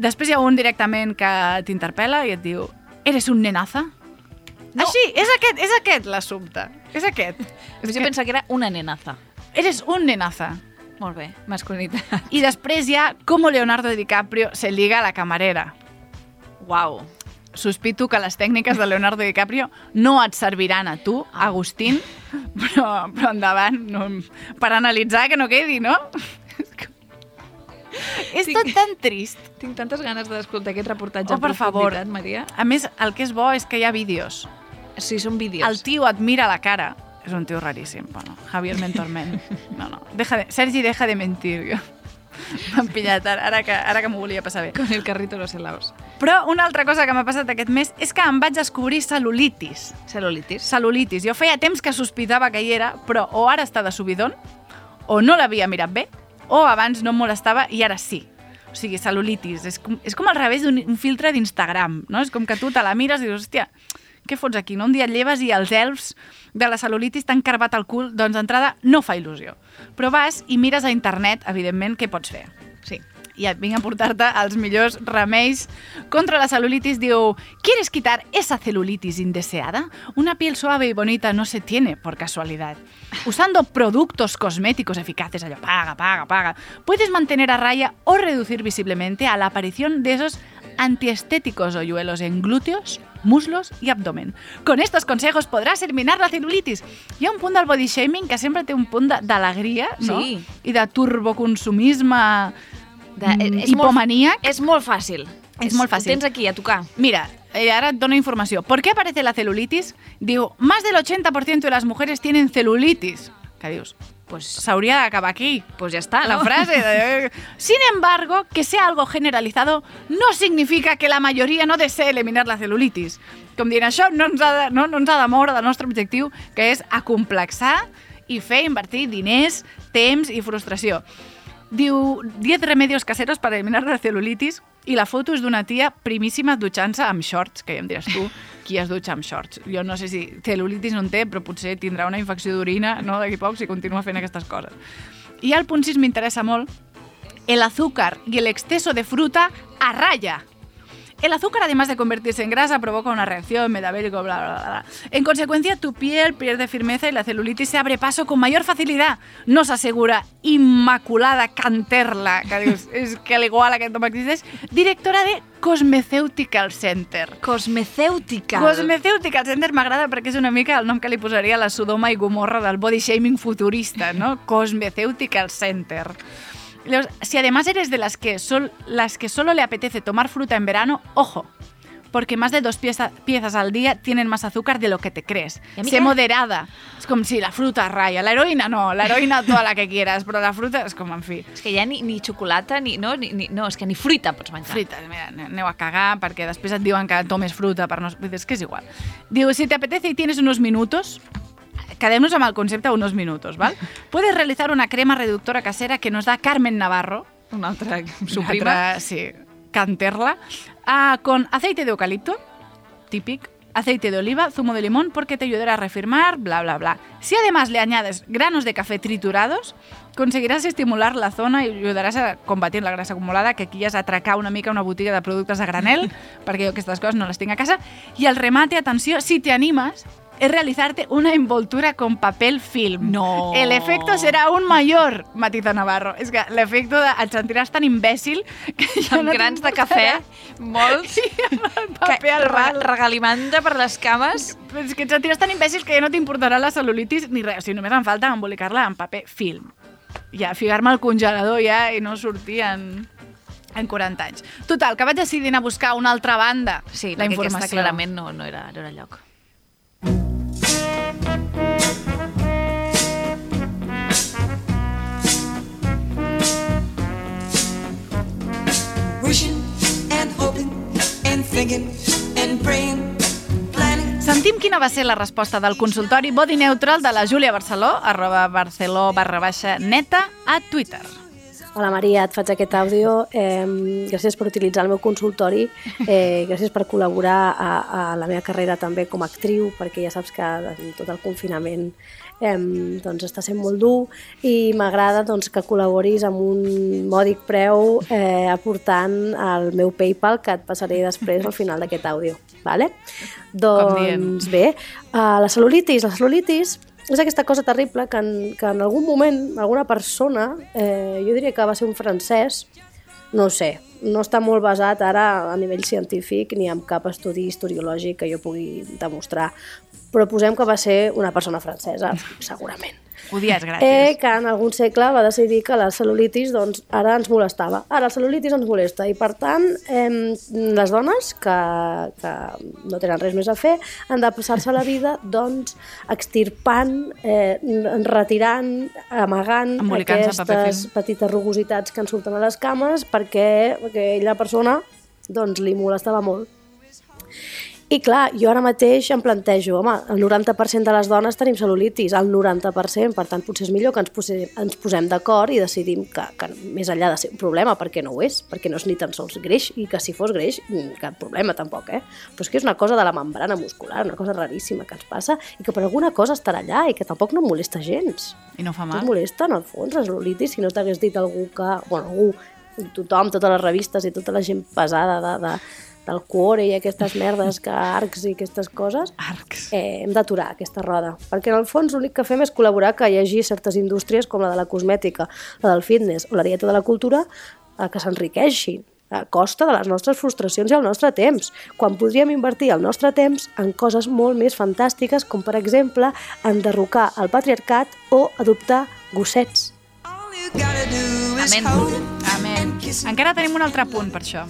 [SPEAKER 4] Després hi ha un directament que t'interpel·la i et diu «Eres un nenaza?» No. Així, és aquest, és aquest l'assumpte. És aquest.
[SPEAKER 3] Jo pensava que era una nenaza.
[SPEAKER 4] Eres un nenaza.
[SPEAKER 3] Molt bé, masculinitat.
[SPEAKER 4] I després hi ha com Leonardo DiCaprio se liga a la camarera.
[SPEAKER 3] Uau.
[SPEAKER 4] Sospito que les tècniques de Leonardo DiCaprio no et serviran a tu,
[SPEAKER 3] Ah.
[SPEAKER 4] Agustín, però, però endavant, no, per analitzar que no quedi, no? És tot tan trist.
[SPEAKER 3] Tinc tantes ganes d'escoltar aquest reportatge
[SPEAKER 4] Oh,
[SPEAKER 3] en
[SPEAKER 4] per favor.
[SPEAKER 3] profunditat, Maria.
[SPEAKER 4] A més, el que és bo és que hi ha vídeos.
[SPEAKER 3] Sí, són vídeos.
[SPEAKER 4] El tio et mira a la cara. És un tio raríssim, bueno, Javier Mentorment. No, no. Deja de... Sergi, deja de mentir. jo. [LAUGHS] M'han pillat ara, ara que, ara que m'ho volia passar bé.
[SPEAKER 3] Con el carrito los helados.
[SPEAKER 4] Però una altra cosa que m'ha passat aquest mes és que em vaig descobrir cel·lulitis.
[SPEAKER 3] Celulitis.
[SPEAKER 4] Cel·lulitis. Jo feia temps que sospitava que hi era, però o ara està de subidon, o no l'havia mirat bé, o abans no em molestava i ara sí. O sigui, cel·lulitis. És com, és com al revés d'un un filtre d'Instagram, no? És com que tu te la mires i dius, hòstia, què fots aquí? No? Un dia et lleves i els elfs de la cel·lulitis t'han carbat el cul, doncs d'entrada no fa il·lusió. Però vas i mires a internet, evidentment, què pots fer
[SPEAKER 3] Sí.
[SPEAKER 4] y vinc a aportarte els millors remeis contra la celulitis. Diu, ¿quieres quitar esa celulitis indeseada? Una piel suave y bonita no se tiene por casualidad. Usando productos cosméticos eficaces, allò, paga, paga, paga, puedes mantener a raya o reducir visiblemente a la aparición de esos antiestéticos hoyuelos en glúteos, muslos y abdomen. Con estos consejos podrás eliminar la celulitis. Hi ha un punt del body shaming que sempre té un punt de- d'alegria, no?
[SPEAKER 3] Sí.
[SPEAKER 4] I de turboconsumisme
[SPEAKER 3] De,
[SPEAKER 4] Mm,
[SPEAKER 3] és molt-
[SPEAKER 4] hipomaníac.
[SPEAKER 3] És molt fàcil.
[SPEAKER 4] És molt fàcil.
[SPEAKER 3] Ho tens aquí, a tocar.
[SPEAKER 4] Mira, eh, ahora dono información. ¿Por qué aparece la celulitis? Digo, más del 80% de las mujeres tienen celulitis. Cadius.
[SPEAKER 3] Pues,
[SPEAKER 4] Sauría acaba aquí.
[SPEAKER 3] pues ya está,
[SPEAKER 4] La frase. de- Sin embargo, que sea algo generalizado no significa que la mayoría no desee eliminar la celulitis. Com dient això, no ens ha de, no, no ens ha de moure del nostre objectiu, que és acomplexar i fer invertir diners, temps i frustració. Diu 10 remedios caseros per eliminar la celulitis i la foto és d'una tia primíssima dutxant-se amb shorts, que ja em diràs tu, qui es dutxa amb shorts. Jo no sé si celulitis no en té, però potser tindrà una infecció d'orina no, d'aquí a poc si continua fent aquestes coses. I el punt 6 m'interessa molt. El azúcar y el exceso de fruta a raya. El azúcar, además de convertirse en grasa, provoca una reacción metabólica, bla, bla, bla, bla. En consecuencia, tu piel pierde firmeza y la celulitis se abre paso con mayor facilidad. Nos asegura Inmaculada Canterla, que dius, és que l'igual aquest home existeix, directora de Cosmeceutical Center.
[SPEAKER 3] Cosmeceutical.
[SPEAKER 4] Pues Cosmeceutical Center m'agrada perquè és una mica el nom que li posaria a la Sodoma i Gomorra del body shaming futurista, no? Cosmeceutical Center. Llavors, si además eres de las que, sol, las que solo le apetece tomar fruta en verano, ojo, porque más de dos pieza- piezas al día tienen más azúcar de lo que te crees.
[SPEAKER 3] I a mi
[SPEAKER 4] Sé
[SPEAKER 3] què?
[SPEAKER 4] moderada. Es como si la fruta raya. La heroína no, la heroína toda la que quieras, pero la fruta es como, en fin.
[SPEAKER 3] És que ja ni, ni xocolata, ni, no, ni, ni, no, és que ni fruita pots menjar.
[SPEAKER 4] Fruita, mira, aneu a cagar perquè després et diuen que tomes fruta per no... Vull dir, és que és igual. Diu, si te apetece y tienes unos minutos, quedémonos amb el concepte unos minutos, ¿vale? Puedes realizar una crema reductora casera que nos da Carmen Navarro,
[SPEAKER 3] Una
[SPEAKER 7] [LAUGHS]
[SPEAKER 3] altra, su
[SPEAKER 4] [LAUGHS] una
[SPEAKER 3] prima.
[SPEAKER 4] altra, sí, canterla, ah, con aceite de eucalipto, típico, aceite de oliva, zumo de limón, porque te ayudará a reafirmar, bla, bla, bla. Si además le añades granos de café triturados, conseguirás estimular la zona i ajudaràs a combatir la grasa acumulada, que aquí ja és atracar una mica una botiga de productes a
[SPEAKER 3] [LAUGHS]
[SPEAKER 4] granel, perquè jo aquestes coses no les tinc a casa. I el remate, atenció, si te animes, es realizarte una envoltura con papel film.
[SPEAKER 3] No.
[SPEAKER 4] El efecto será aún mayor, matiza Navarro. És que l'efecte de... et sentiràs tan imbècil que ja
[SPEAKER 3] Amb
[SPEAKER 4] no
[SPEAKER 3] grans de cafè,
[SPEAKER 4] t'importarà.
[SPEAKER 3] molts,
[SPEAKER 4] paper al ras.
[SPEAKER 3] regalimanda per les cames.
[SPEAKER 4] Però és que et sentiràs tan imbècil que ja no t'importarà la cel·lulitis ni res. O sigui, només em falta embolicar-la en paper film. Ja, figar-me al congelador ja i no sortir en, en 40 anys. Total, que vaig decidir anar a buscar una altra banda
[SPEAKER 3] Sí,
[SPEAKER 4] la
[SPEAKER 3] perquè
[SPEAKER 4] informació.
[SPEAKER 3] Aquesta clarament no, no, era, no era lloc.
[SPEAKER 11] Wishing and hoping and thinking and praying, planning.
[SPEAKER 4] Sentim quina va ser la resposta del consultori Body Neutral de la Júlia Barceló, arroba barceló barra baixa neta, a Twitter.
[SPEAKER 12] Hola Maria, et faig aquest àudio. Eh, gràcies per utilitzar el meu consultori, eh, gràcies per col·laborar a, a la meva carrera també com a actriu, perquè ja saps que en tot el confinament eh, doncs està sent molt dur i m'agrada doncs, que col·laboris amb un mòdic preu eh, aportant al meu PayPal que et passaré després al final d'aquest àudio. Vale? Doncs bé, uh, la cel·lulitis, la cel·lulitis és aquesta cosa terrible que en, que en algun moment alguna persona, eh, jo diria que va ser un francès, no ho sé, no està molt basat ara a nivell científic ni amb cap estudi historiològic que jo pugui demostrar, però posem que va ser una persona francesa, segurament.
[SPEAKER 4] Odies, gràcies.
[SPEAKER 12] Eh, que en algun segle va decidir que la cel·lulitis doncs, ara ens molestava. Ara la cel·lulitis ens molesta i, per tant, eh, les dones que, que no tenen res més a fer han de passar-se la vida doncs, extirpant, eh, retirant, amagant
[SPEAKER 4] Embolicant-se en
[SPEAKER 12] aquestes
[SPEAKER 4] paper film.
[SPEAKER 12] petites rugositats que ens surten a les cames perquè aquella persona doncs, li molestava molt. I clar, jo ara mateix em plantejo, home, el 90% de les dones tenim cel·lulitis, el 90%, per tant, potser és millor que ens, pose ens posem d'acord i decidim que, que més enllà de ser un problema, perquè no ho és, perquè no és ni tan sols greix, i que si fos greix, mm, cap problema tampoc, eh? Però és que és una cosa de la membrana muscular, una cosa raríssima que ens passa, i que per alguna cosa estarà allà i que tampoc no em molesta gens.
[SPEAKER 4] I no fa
[SPEAKER 12] No et
[SPEAKER 4] mal.
[SPEAKER 12] molesta, en el fons, la cel·lulitis, si no t'hagués dit algú que... Bueno, algú, tothom, totes les revistes i tota la gent pesada de, de, del cuore i aquestes merdes que arcs i aquestes coses,
[SPEAKER 4] arcs.
[SPEAKER 12] Eh, hem d'aturar aquesta roda. Perquè en el fons l'únic que fem és col·laborar que hi hagi certes indústries com la de la cosmètica, la del fitness o la dieta de la cultura eh, que s'enriqueixin a costa de les nostres frustracions i el nostre temps, quan podríem invertir el nostre temps en coses molt més fantàstiques com, per exemple, enderrocar el patriarcat o adoptar gossets.
[SPEAKER 4] Amén. Amén. Encara tenim un altre punt per això.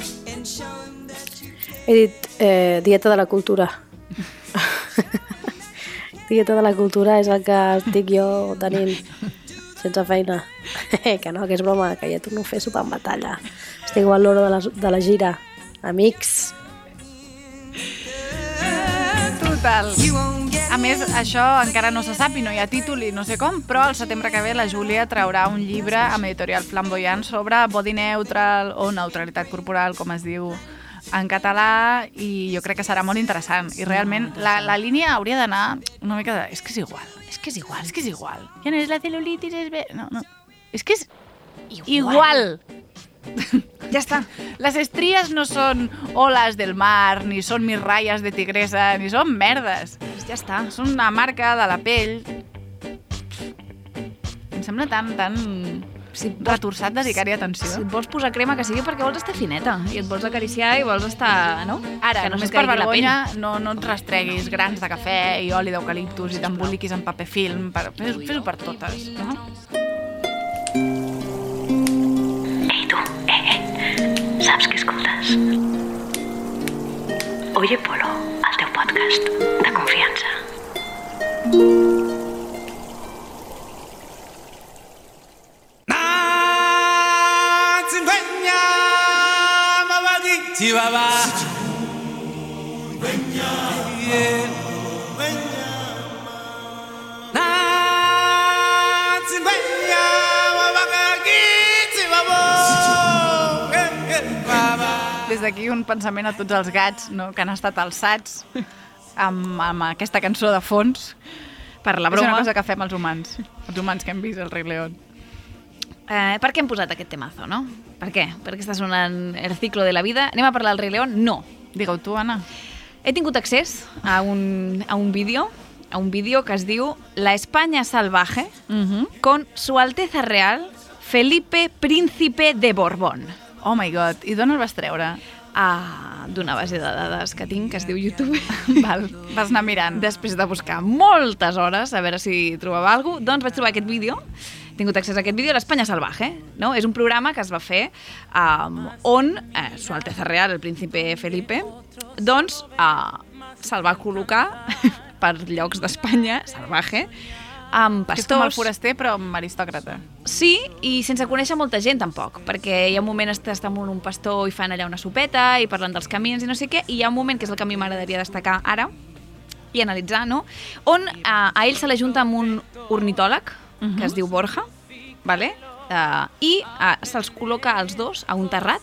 [SPEAKER 12] He dit eh, dieta de la cultura. [LAUGHS] dieta de la cultura és el que estic jo tenint sense feina. [LAUGHS] que no, que és broma, que ja torno a fer sopar amb batalla. Estic igual l'hora de, la- de la gira. Amics.
[SPEAKER 4] Total. A més, això encara no se sap i no hi ha títol i no sé com, però al setembre que ve la Júlia traurà un llibre amb editorial Flamboyant sobre body neutral o neutralitat corporal, com es diu en català, i jo crec que serà molt interessant. I realment la, la línia hauria d'anar una mica de... És que és igual. És que és igual. És que és igual. Ja no és la cel·lulitis, és bé... No, no. És que és igual. Ya está. Las estrías no son olas del mar, ni son mis rayas de tigresa, ni son merdes. Ja està. Són una marca de la pell. Em sembla tan, tan... Si retorçat dedicar-hi atenció.
[SPEAKER 7] Si et vols posar crema, que sigui perquè vols estar fineta i et vols acariciar i vols estar... No?
[SPEAKER 4] Ara,
[SPEAKER 7] que no
[SPEAKER 4] només
[SPEAKER 7] se't
[SPEAKER 4] per
[SPEAKER 7] caigui la pell.
[SPEAKER 4] vergonya, no, no et rastreguis grans de cafè i oli d'eucaliptus i t'emboliquis en paper film. Per... Fes-ho fes per totes, no?
[SPEAKER 13] Saps què escoltes? Oye Polo, el teu podcast de confiança.
[SPEAKER 14] Chihuahua.
[SPEAKER 4] Des d'aquí un pensament a tots els gats no? que han estat alçats amb, amb aquesta cançó de fons. Per
[SPEAKER 7] la
[SPEAKER 4] És
[SPEAKER 7] broma.
[SPEAKER 4] una cosa que fem els humans, els humans que hem vist el Rei León.
[SPEAKER 7] Eh, per què hem posat aquest temazo, no? Per què? Perquè està sonant el ciclo de la vida. Anem a parlar del rei León? No.
[SPEAKER 4] Digue-ho tu, Anna.
[SPEAKER 7] He tingut accés a un, a un vídeo a un vídeo que es diu La España salvaje
[SPEAKER 4] Mhm.
[SPEAKER 7] con su Alteza Real Felipe Príncipe de Borbón.
[SPEAKER 4] Oh my god, i d'on el vas treure?
[SPEAKER 7] Ah, d'una base de dades que tinc que es diu YouTube.
[SPEAKER 4] [LAUGHS] Val, vas anar mirant.
[SPEAKER 7] Després de buscar moltes hores a veure si trobava alguna cosa, doncs vaig trobar aquest vídeo. He tingut accés a aquest vídeo, l'Espanya Salvaje. No? És un programa que es va fer um, on eh, Su Alteza Real, el príncipe Felipe, doncs uh, se'l va col·locar [LAUGHS] per llocs d'Espanya, salvaje, amb
[SPEAKER 4] Que és
[SPEAKER 7] pastors...
[SPEAKER 4] com el foraster, però amb aristòcrata.
[SPEAKER 7] Sí, i sense conèixer molta gent tampoc, perquè hi ha un moment que està amb un pastor i fan allà una sopeta i parlen dels camins i no sé què, i hi ha un moment, que és el que a mi m'agradaria destacar ara i analitzar, no? on eh, a ell se l'ajunta amb un ornitòleg, uh -huh.
[SPEAKER 4] Mhm.
[SPEAKER 7] que es diu Borja, vale? eh, i eh, se'ls col·loca els dos a un terrat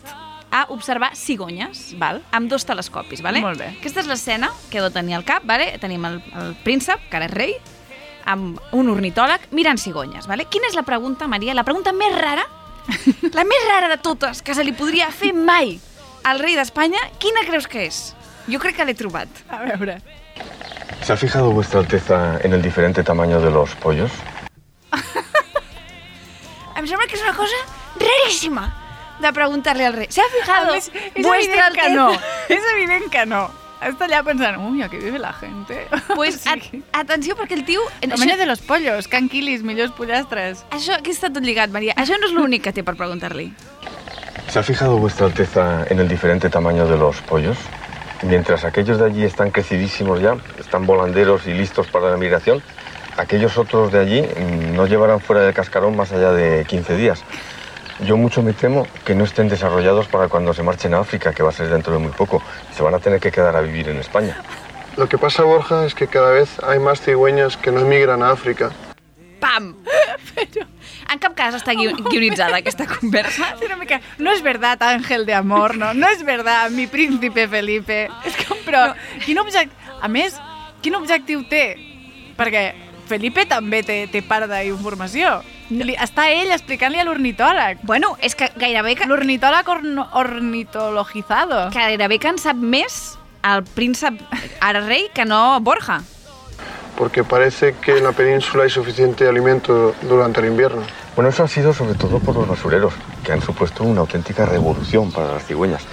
[SPEAKER 7] a observar cigonyes val? amb dos telescopis. Vale?
[SPEAKER 4] Molt bé.
[SPEAKER 7] Aquesta és l'escena que heu de tenir al cap. Vale? Tenim el, el príncep, que ara és rei, amb un ornitòleg mirant cigonyes. Vale? Quina és la pregunta, Maria? La pregunta més
[SPEAKER 4] [LAUGHS]
[SPEAKER 7] rara, la més rara de totes que se li podria fer mai al rei d'Espanya, quina creus que és? Jo crec que l'he trobat.
[SPEAKER 4] A veure.
[SPEAKER 6] ¿Se ha fijado vuestra Alteza en el diferente tamaño de los pollos?
[SPEAKER 7] Em sembla que és una cosa raríssima de preguntar-li al rei. ¿Se ha fijado
[SPEAKER 4] A més, és
[SPEAKER 7] vuestra
[SPEAKER 4] evident que
[SPEAKER 7] alteza?
[SPEAKER 4] no. És evident que no. Està allà pensant, uy, aquí vive la gente. [LAUGHS]
[SPEAKER 7] Pues at atenció perquè el tio...
[SPEAKER 4] Tamaño de los pollos, canquilis, millors pollastres.
[SPEAKER 7] Això, aquí està tot lligat, Maria. Això no és l'únic que té per preguntar-li.
[SPEAKER 6] ¿Se ha fijado vuestra Alteza en el diferente tamaño de los pollos? Mientras aquellos de allí están crecidísimos ya, están volanderos y listos para la migración, aquellos otros de allí mm, no llevarán fuera del cascarón más allá de 15 días. Yo mucho me temo que no estén desarrollados para cuando se marchen a África, que va a ser dentro de muy poco. Se van a tener que quedar a vivir en España.
[SPEAKER 2] Lo que pasa, Borja, es que cada vez hay más cigüeñas que no emigran a África.
[SPEAKER 7] Pam! [LAUGHS] Però en cap cas està guio- guionitzada aquesta conversa.
[SPEAKER 4] Sí, una mica, no és verdad, àngel de amor, no? No és verdad, mi príncipe Felipe. És com, però, no. quin objectiu... A més, quin objectiu té? Perquè Felipe també té, té part d'informació. Li, està ell explicant-li a l'ornitòleg.
[SPEAKER 7] Bueno, és que gairebé que...
[SPEAKER 4] L'ornitòleg orno, ornitologizado.
[SPEAKER 7] Gairebé que en sap més el príncep ara rei que no Borja.
[SPEAKER 2] Porque parece que en la península hay suficiente alimento durante el invierno.
[SPEAKER 6] Bueno, eso ha sido sobre todo por los basureros, que han supuesto una auténtica revolución para las cigüeñas.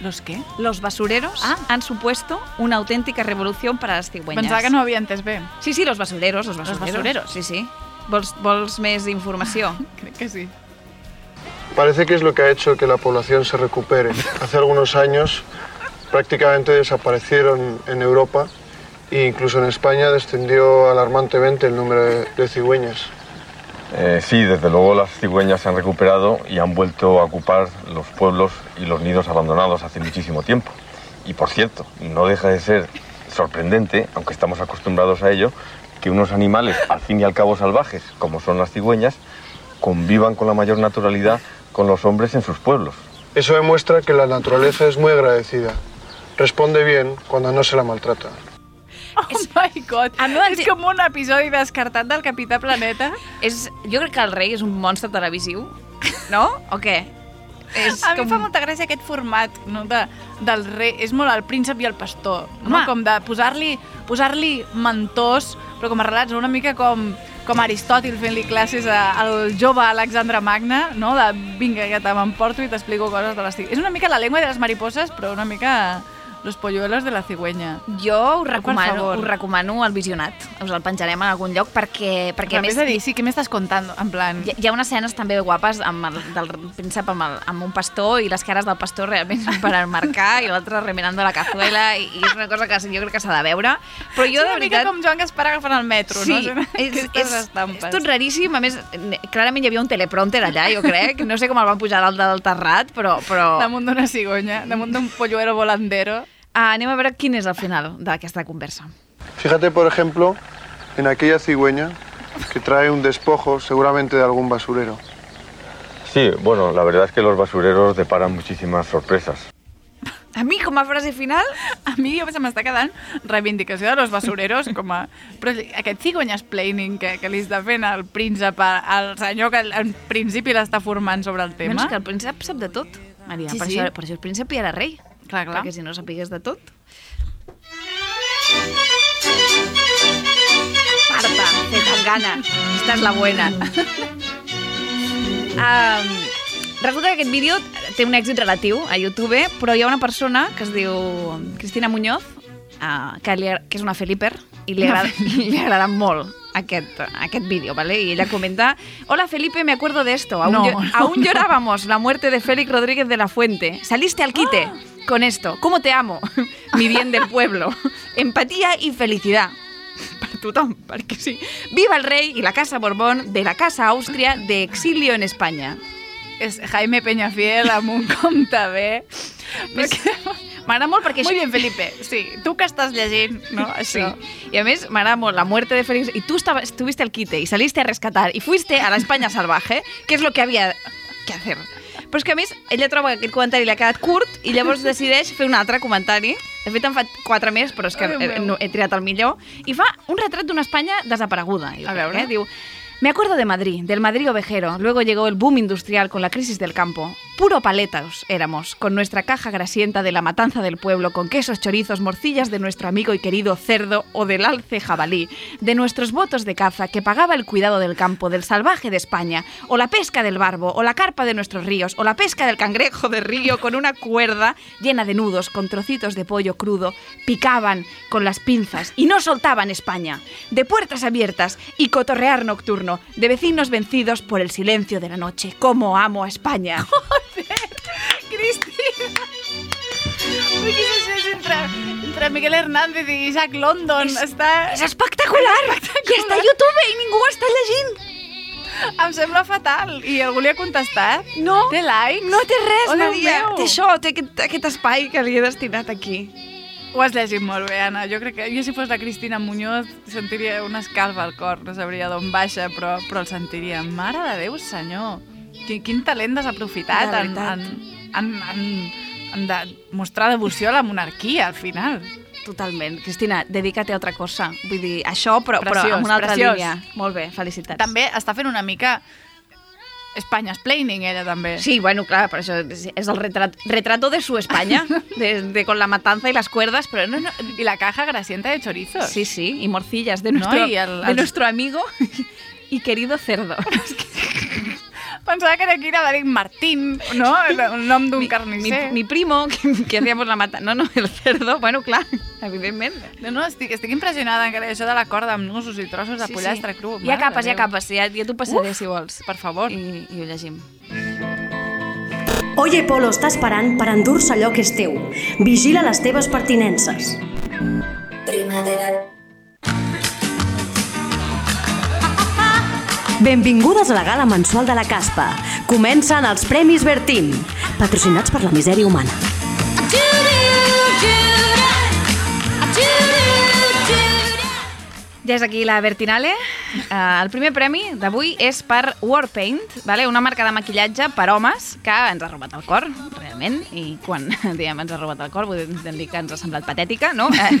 [SPEAKER 4] ¿Los qué?
[SPEAKER 7] Los basureros
[SPEAKER 4] Ah.
[SPEAKER 7] han supuesto una auténtica revolución para las cigüeñas.
[SPEAKER 4] Pensava que no ho havia entès [LAUGHS] bé.
[SPEAKER 7] Sí, sí, los basureros, los basureros.
[SPEAKER 4] basureros.
[SPEAKER 7] sí, sí. Vols, vols més informació?
[SPEAKER 4] Crec que sí.
[SPEAKER 2] Parece que es lo que ha hecho que la población se recupere. Hace algunos años prácticamente desaparecieron en Europa e incluso en España descendió alarmantemente el número de, de cigüeñas.
[SPEAKER 6] Eh, sí, desde luego las cigüeñas se han recuperado y han vuelto a ocupar los pueblos y los nidos abandonados hace muchísimo tiempo. Y por cierto, no deja de ser sorprendente, aunque estamos acostumbrados a ello, que unos animales, al fin y al cabo salvajes, como son las cigüeñas, convivan con la mayor naturalidad con los hombres en sus pueblos.
[SPEAKER 2] Eso demuestra que la naturaleza es muy agradecida. Responde bien cuando no se la maltrata.
[SPEAKER 4] Oh my god, és com un episodi descartat del Capità [LAUGHS] Planeta.
[SPEAKER 7] És, jo crec que el rei és un monstre televisiu, no? O què?
[SPEAKER 4] És a com... mi fa molta gràcia aquest format no? de, del rei. És molt el príncep i el pastor, no?
[SPEAKER 7] Home.
[SPEAKER 4] com de posar-li posar mentors, però com a relats, una mica com, com Aristòtil fent-li classes a, al jove Alexandre Magna, no? de vinga, que te m'emporto i t'explico coses de l'estiu. És una mica la llengua de les mariposas, però una mica los polluelos de la cigüeña.
[SPEAKER 7] Jo us
[SPEAKER 4] Per
[SPEAKER 7] recomano,
[SPEAKER 4] favor.
[SPEAKER 7] us recomano el visionat. Us el penjarem en algun lloc perquè... perquè
[SPEAKER 4] Perquè a més de dir, sí, què m'estàs contant? En plan...
[SPEAKER 7] Hi, hi ha unes escenes també guapes amb el, del príncep amb, el, amb un pastor i les cares del pastor realment són per marcar i l'altre remenando la cazuela i, i és una cosa que jo crec que s'ha de veure. Però jo,
[SPEAKER 4] És una
[SPEAKER 7] de
[SPEAKER 4] mica
[SPEAKER 7] veritat...
[SPEAKER 4] com Joan Gaspar agafant el metro, no?
[SPEAKER 7] sí,
[SPEAKER 4] Són
[SPEAKER 7] és,
[SPEAKER 4] aquestes
[SPEAKER 7] és, és
[SPEAKER 4] estampes.
[SPEAKER 7] tot raríssim. A més, ne- clarament hi havia un teleprompter allà, jo crec. No sé com el van pujar dalt del terrat, però... però...
[SPEAKER 4] Damunt d'una cigonya, damunt d'un polluero volandero.
[SPEAKER 7] Ah, anem a veure quin és el final d'aquesta conversa.
[SPEAKER 5] Fíjate, por ejemplo, en aquella cigüeña que trae un despojo seguramente de algún basurero.
[SPEAKER 6] Sí, bueno, la verdad es que los basureros deparan muchísimas sorpresas.
[SPEAKER 4] A mi, com a frase final, a mi ja se m'està quedant reivindicació de los basureros, com a... Però aquest cigonyes planning que, que li està fent el príncep, a- al senyor que en principi l'està formant sobre el tema.
[SPEAKER 7] Menys que el príncep sap de tot, Maria.
[SPEAKER 4] Sí,
[SPEAKER 7] per,
[SPEAKER 4] sí.
[SPEAKER 7] Això, per això el príncep ja era rei.
[SPEAKER 4] Clar, clar.
[SPEAKER 7] Perquè si no sapigués de tot... Marta, te tangana. Esta és la buena. um, resulta que aquest vídeo té un èxit relatiu a YouTube, però hi ha una persona que es diu Cristina Muñoz, uh, que, li, agra- que és una Feliper, [LAUGHS] i li,
[SPEAKER 4] Una
[SPEAKER 7] agrada, li agrada molt aquest, aquest vídeo, ¿vale? Y ella comenta, hola Felipe, me acuerdo de esto, aún,
[SPEAKER 4] No,
[SPEAKER 7] llo-
[SPEAKER 4] no.
[SPEAKER 7] aún llorábamos la muerte de Félix Rodríguez de la Fuente, saliste
[SPEAKER 4] [GASPS]
[SPEAKER 7] al quite con esto, ¿cómo te amo? [LAUGHS] Mi bien del pueblo, empatía y felicidad. [LAUGHS] Per tothom, perquè sí. Viva el rei i la Casa Borbón de la Casa Àustria de exilio en Espanya.
[SPEAKER 4] És Jaime Peñafiel amb un compte
[SPEAKER 7] [LAUGHS]
[SPEAKER 4] bé.
[SPEAKER 7] Pues,
[SPEAKER 4] Perquè...
[SPEAKER 7] M'agrada molt perquè...
[SPEAKER 4] Muy bien, Felipe. Sí, tu que estàs llegint, no?
[SPEAKER 7] Sí.
[SPEAKER 4] Això.
[SPEAKER 7] Y a mí me amor la muerte de Félix. Y tú estabas, estuviste al quite y saliste a rescatar y fuiste a la España salvaje, que es lo que había que hacer. Però és que, a més, ella troba que aquest comentari li ha quedat curt i llavors decideix fer un altre comentari. De fet, en fa quatre més, però és que
[SPEAKER 4] Ai, Déu
[SPEAKER 7] he,
[SPEAKER 4] meu.
[SPEAKER 7] no, he triat el millor. I fa un retrat d'una Espanya desapareguda. Jo
[SPEAKER 4] A
[SPEAKER 7] crec,
[SPEAKER 4] veure.
[SPEAKER 7] Eh? Diu, me acuerdo de Madrid, del Madrid ovejero. Luego llegó el boom industrial con la crisis del campo. Puro paletas éramos, con nuestra caja grasienta de la matanza del pueblo, con quesos, chorizos, morcillas de nuestro amigo y querido cerdo o del alce jabalí, de nuestros votos de caza que pagaba el cuidado del campo, del salvaje de España, o la pesca del barbo, o la carpa de nuestros ríos, o la pesca del cangrejo de río con una cuerda llena de nudos, con trocitos de pollo crudo, picaban con las pinzas y no soltaban España, de puertas abiertas y cotorrear nocturno, de vecinos vencidos por el silencio de la noche. ¿Cómo amo a [LAUGHS] España?
[SPEAKER 4] Cristina! Però què és això? És entre, entre Miguel Hernández i Isaac London. És, està... és
[SPEAKER 7] espectacular! I està a YouTube i ningú ho està llegint!
[SPEAKER 4] Em sembla fatal. I algú li ha contestat?
[SPEAKER 7] No.
[SPEAKER 4] Té likes?
[SPEAKER 7] No té res,
[SPEAKER 4] oh, Déu
[SPEAKER 7] Maria.
[SPEAKER 4] meu.
[SPEAKER 7] Té això, té aquest, aquest espai que li he destinat aquí.
[SPEAKER 4] Ho has llegit molt bé, Anna. Jo crec que jo si fos la Cristina Muñoz sentiria una escalva al cor. No sabria d'on baixa, però, però el sentiria. Mare de Déu, senyor. Quin, quin talent desaprofitat
[SPEAKER 7] De
[SPEAKER 4] en,
[SPEAKER 7] veritat.
[SPEAKER 4] en, en, en, en de mostrar devoció a la monarquia, al final.
[SPEAKER 7] Totalment. Cristina, dedica't a altra cosa. Vull dir, això, però, però
[SPEAKER 4] Preciós,
[SPEAKER 7] amb una altra
[SPEAKER 4] preciós.
[SPEAKER 7] línia. Molt bé, felicitats.
[SPEAKER 4] També està fent una mica Espanya explaining, ella també.
[SPEAKER 7] Sí, bueno, clar, per això és és el retrat, retrato de su [LAUGHS] España, de, de con la matanza y las cuerdas, pero no, no.
[SPEAKER 4] Y la caja grasienta de chorizos.
[SPEAKER 7] Sí, sí, y morcillas de
[SPEAKER 4] No,
[SPEAKER 7] nuestro,
[SPEAKER 4] y el-
[SPEAKER 7] de
[SPEAKER 4] el-
[SPEAKER 7] nuestro amigo [LAUGHS] y querido cerdo.
[SPEAKER 4] Pensava que era aquí era David Martín, no? El, el nom d'un
[SPEAKER 7] Mi,
[SPEAKER 4] carnisser.
[SPEAKER 7] mi primo, que, que hacíamos la mata... No, no, el cerdo, bueno, clar, evidentment.
[SPEAKER 4] No, no, estic, estic impressionada encara. Això de la corda amb nusos i trossos de
[SPEAKER 7] Sí, sí.
[SPEAKER 4] pollastre cru.
[SPEAKER 7] Hi ha
[SPEAKER 4] Mare
[SPEAKER 7] capes,
[SPEAKER 4] de
[SPEAKER 7] hi ha
[SPEAKER 4] Déu.
[SPEAKER 7] capes, ja, ja t'ho passaré,
[SPEAKER 4] Uf.
[SPEAKER 7] si vols.
[SPEAKER 4] Per favor.
[SPEAKER 7] I, i ho llegim.
[SPEAKER 2] Oye Polo està esperant per endur-se allò que és teu. Vigila les teves pertinences.
[SPEAKER 15] Primavera.
[SPEAKER 2] Benvingudes a la gala mensual de la Caspa. Comencen els Premis Bertín, patrocinats per la misèria humana.
[SPEAKER 7] Ja és aquí la Bertinale. Uh, el primer premi d'avui és per Warpaint, vale? una marca de maquillatge per homes que ens ha robat el cor, realment. evidentment, i quan [LAUGHS] diem ens ha robat el cor, podem dir que ens ha semblat patètica, no? Eh,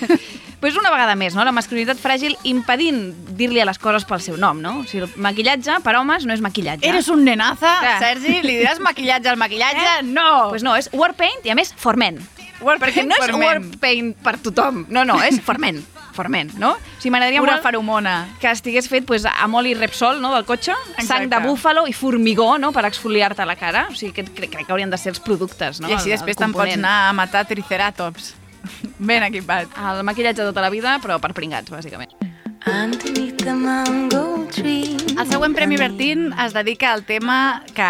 [SPEAKER 7] pues una vegada més, no? la masculinitat fràgil impedint dir-li a les coses pel seu nom, no? O sigui, el maquillatge per homes no és maquillatge.
[SPEAKER 4] Eres un nenaza, Sergi, li diràs maquillatge al maquillatge? No!
[SPEAKER 7] Eh? Pues no, és war paint i a més for men. War Perquè
[SPEAKER 4] paint
[SPEAKER 7] no és
[SPEAKER 4] for men.
[SPEAKER 7] war paint per tothom, no, no, és for men. For men, no? O sigui, m'agradaria
[SPEAKER 4] Pura
[SPEAKER 7] molt feromona. que estigués fet pues, amb oli Repsol, no?, del cotxe, Exacte. sang de
[SPEAKER 4] Exacte.
[SPEAKER 7] búfalo i formigó, no?, per exfoliar-te la cara. O sigui, que crec, crec que haurien de ser els productes, no?
[SPEAKER 4] I així
[SPEAKER 7] El- el
[SPEAKER 4] després te'n pots
[SPEAKER 7] component.
[SPEAKER 4] anar a matar triceratops. [LAUGHS] Ben equipat.
[SPEAKER 7] El maquillatge tota la vida, però per pringats, bàsicament.
[SPEAKER 4] El següent Premi Bertín es dedica al tema que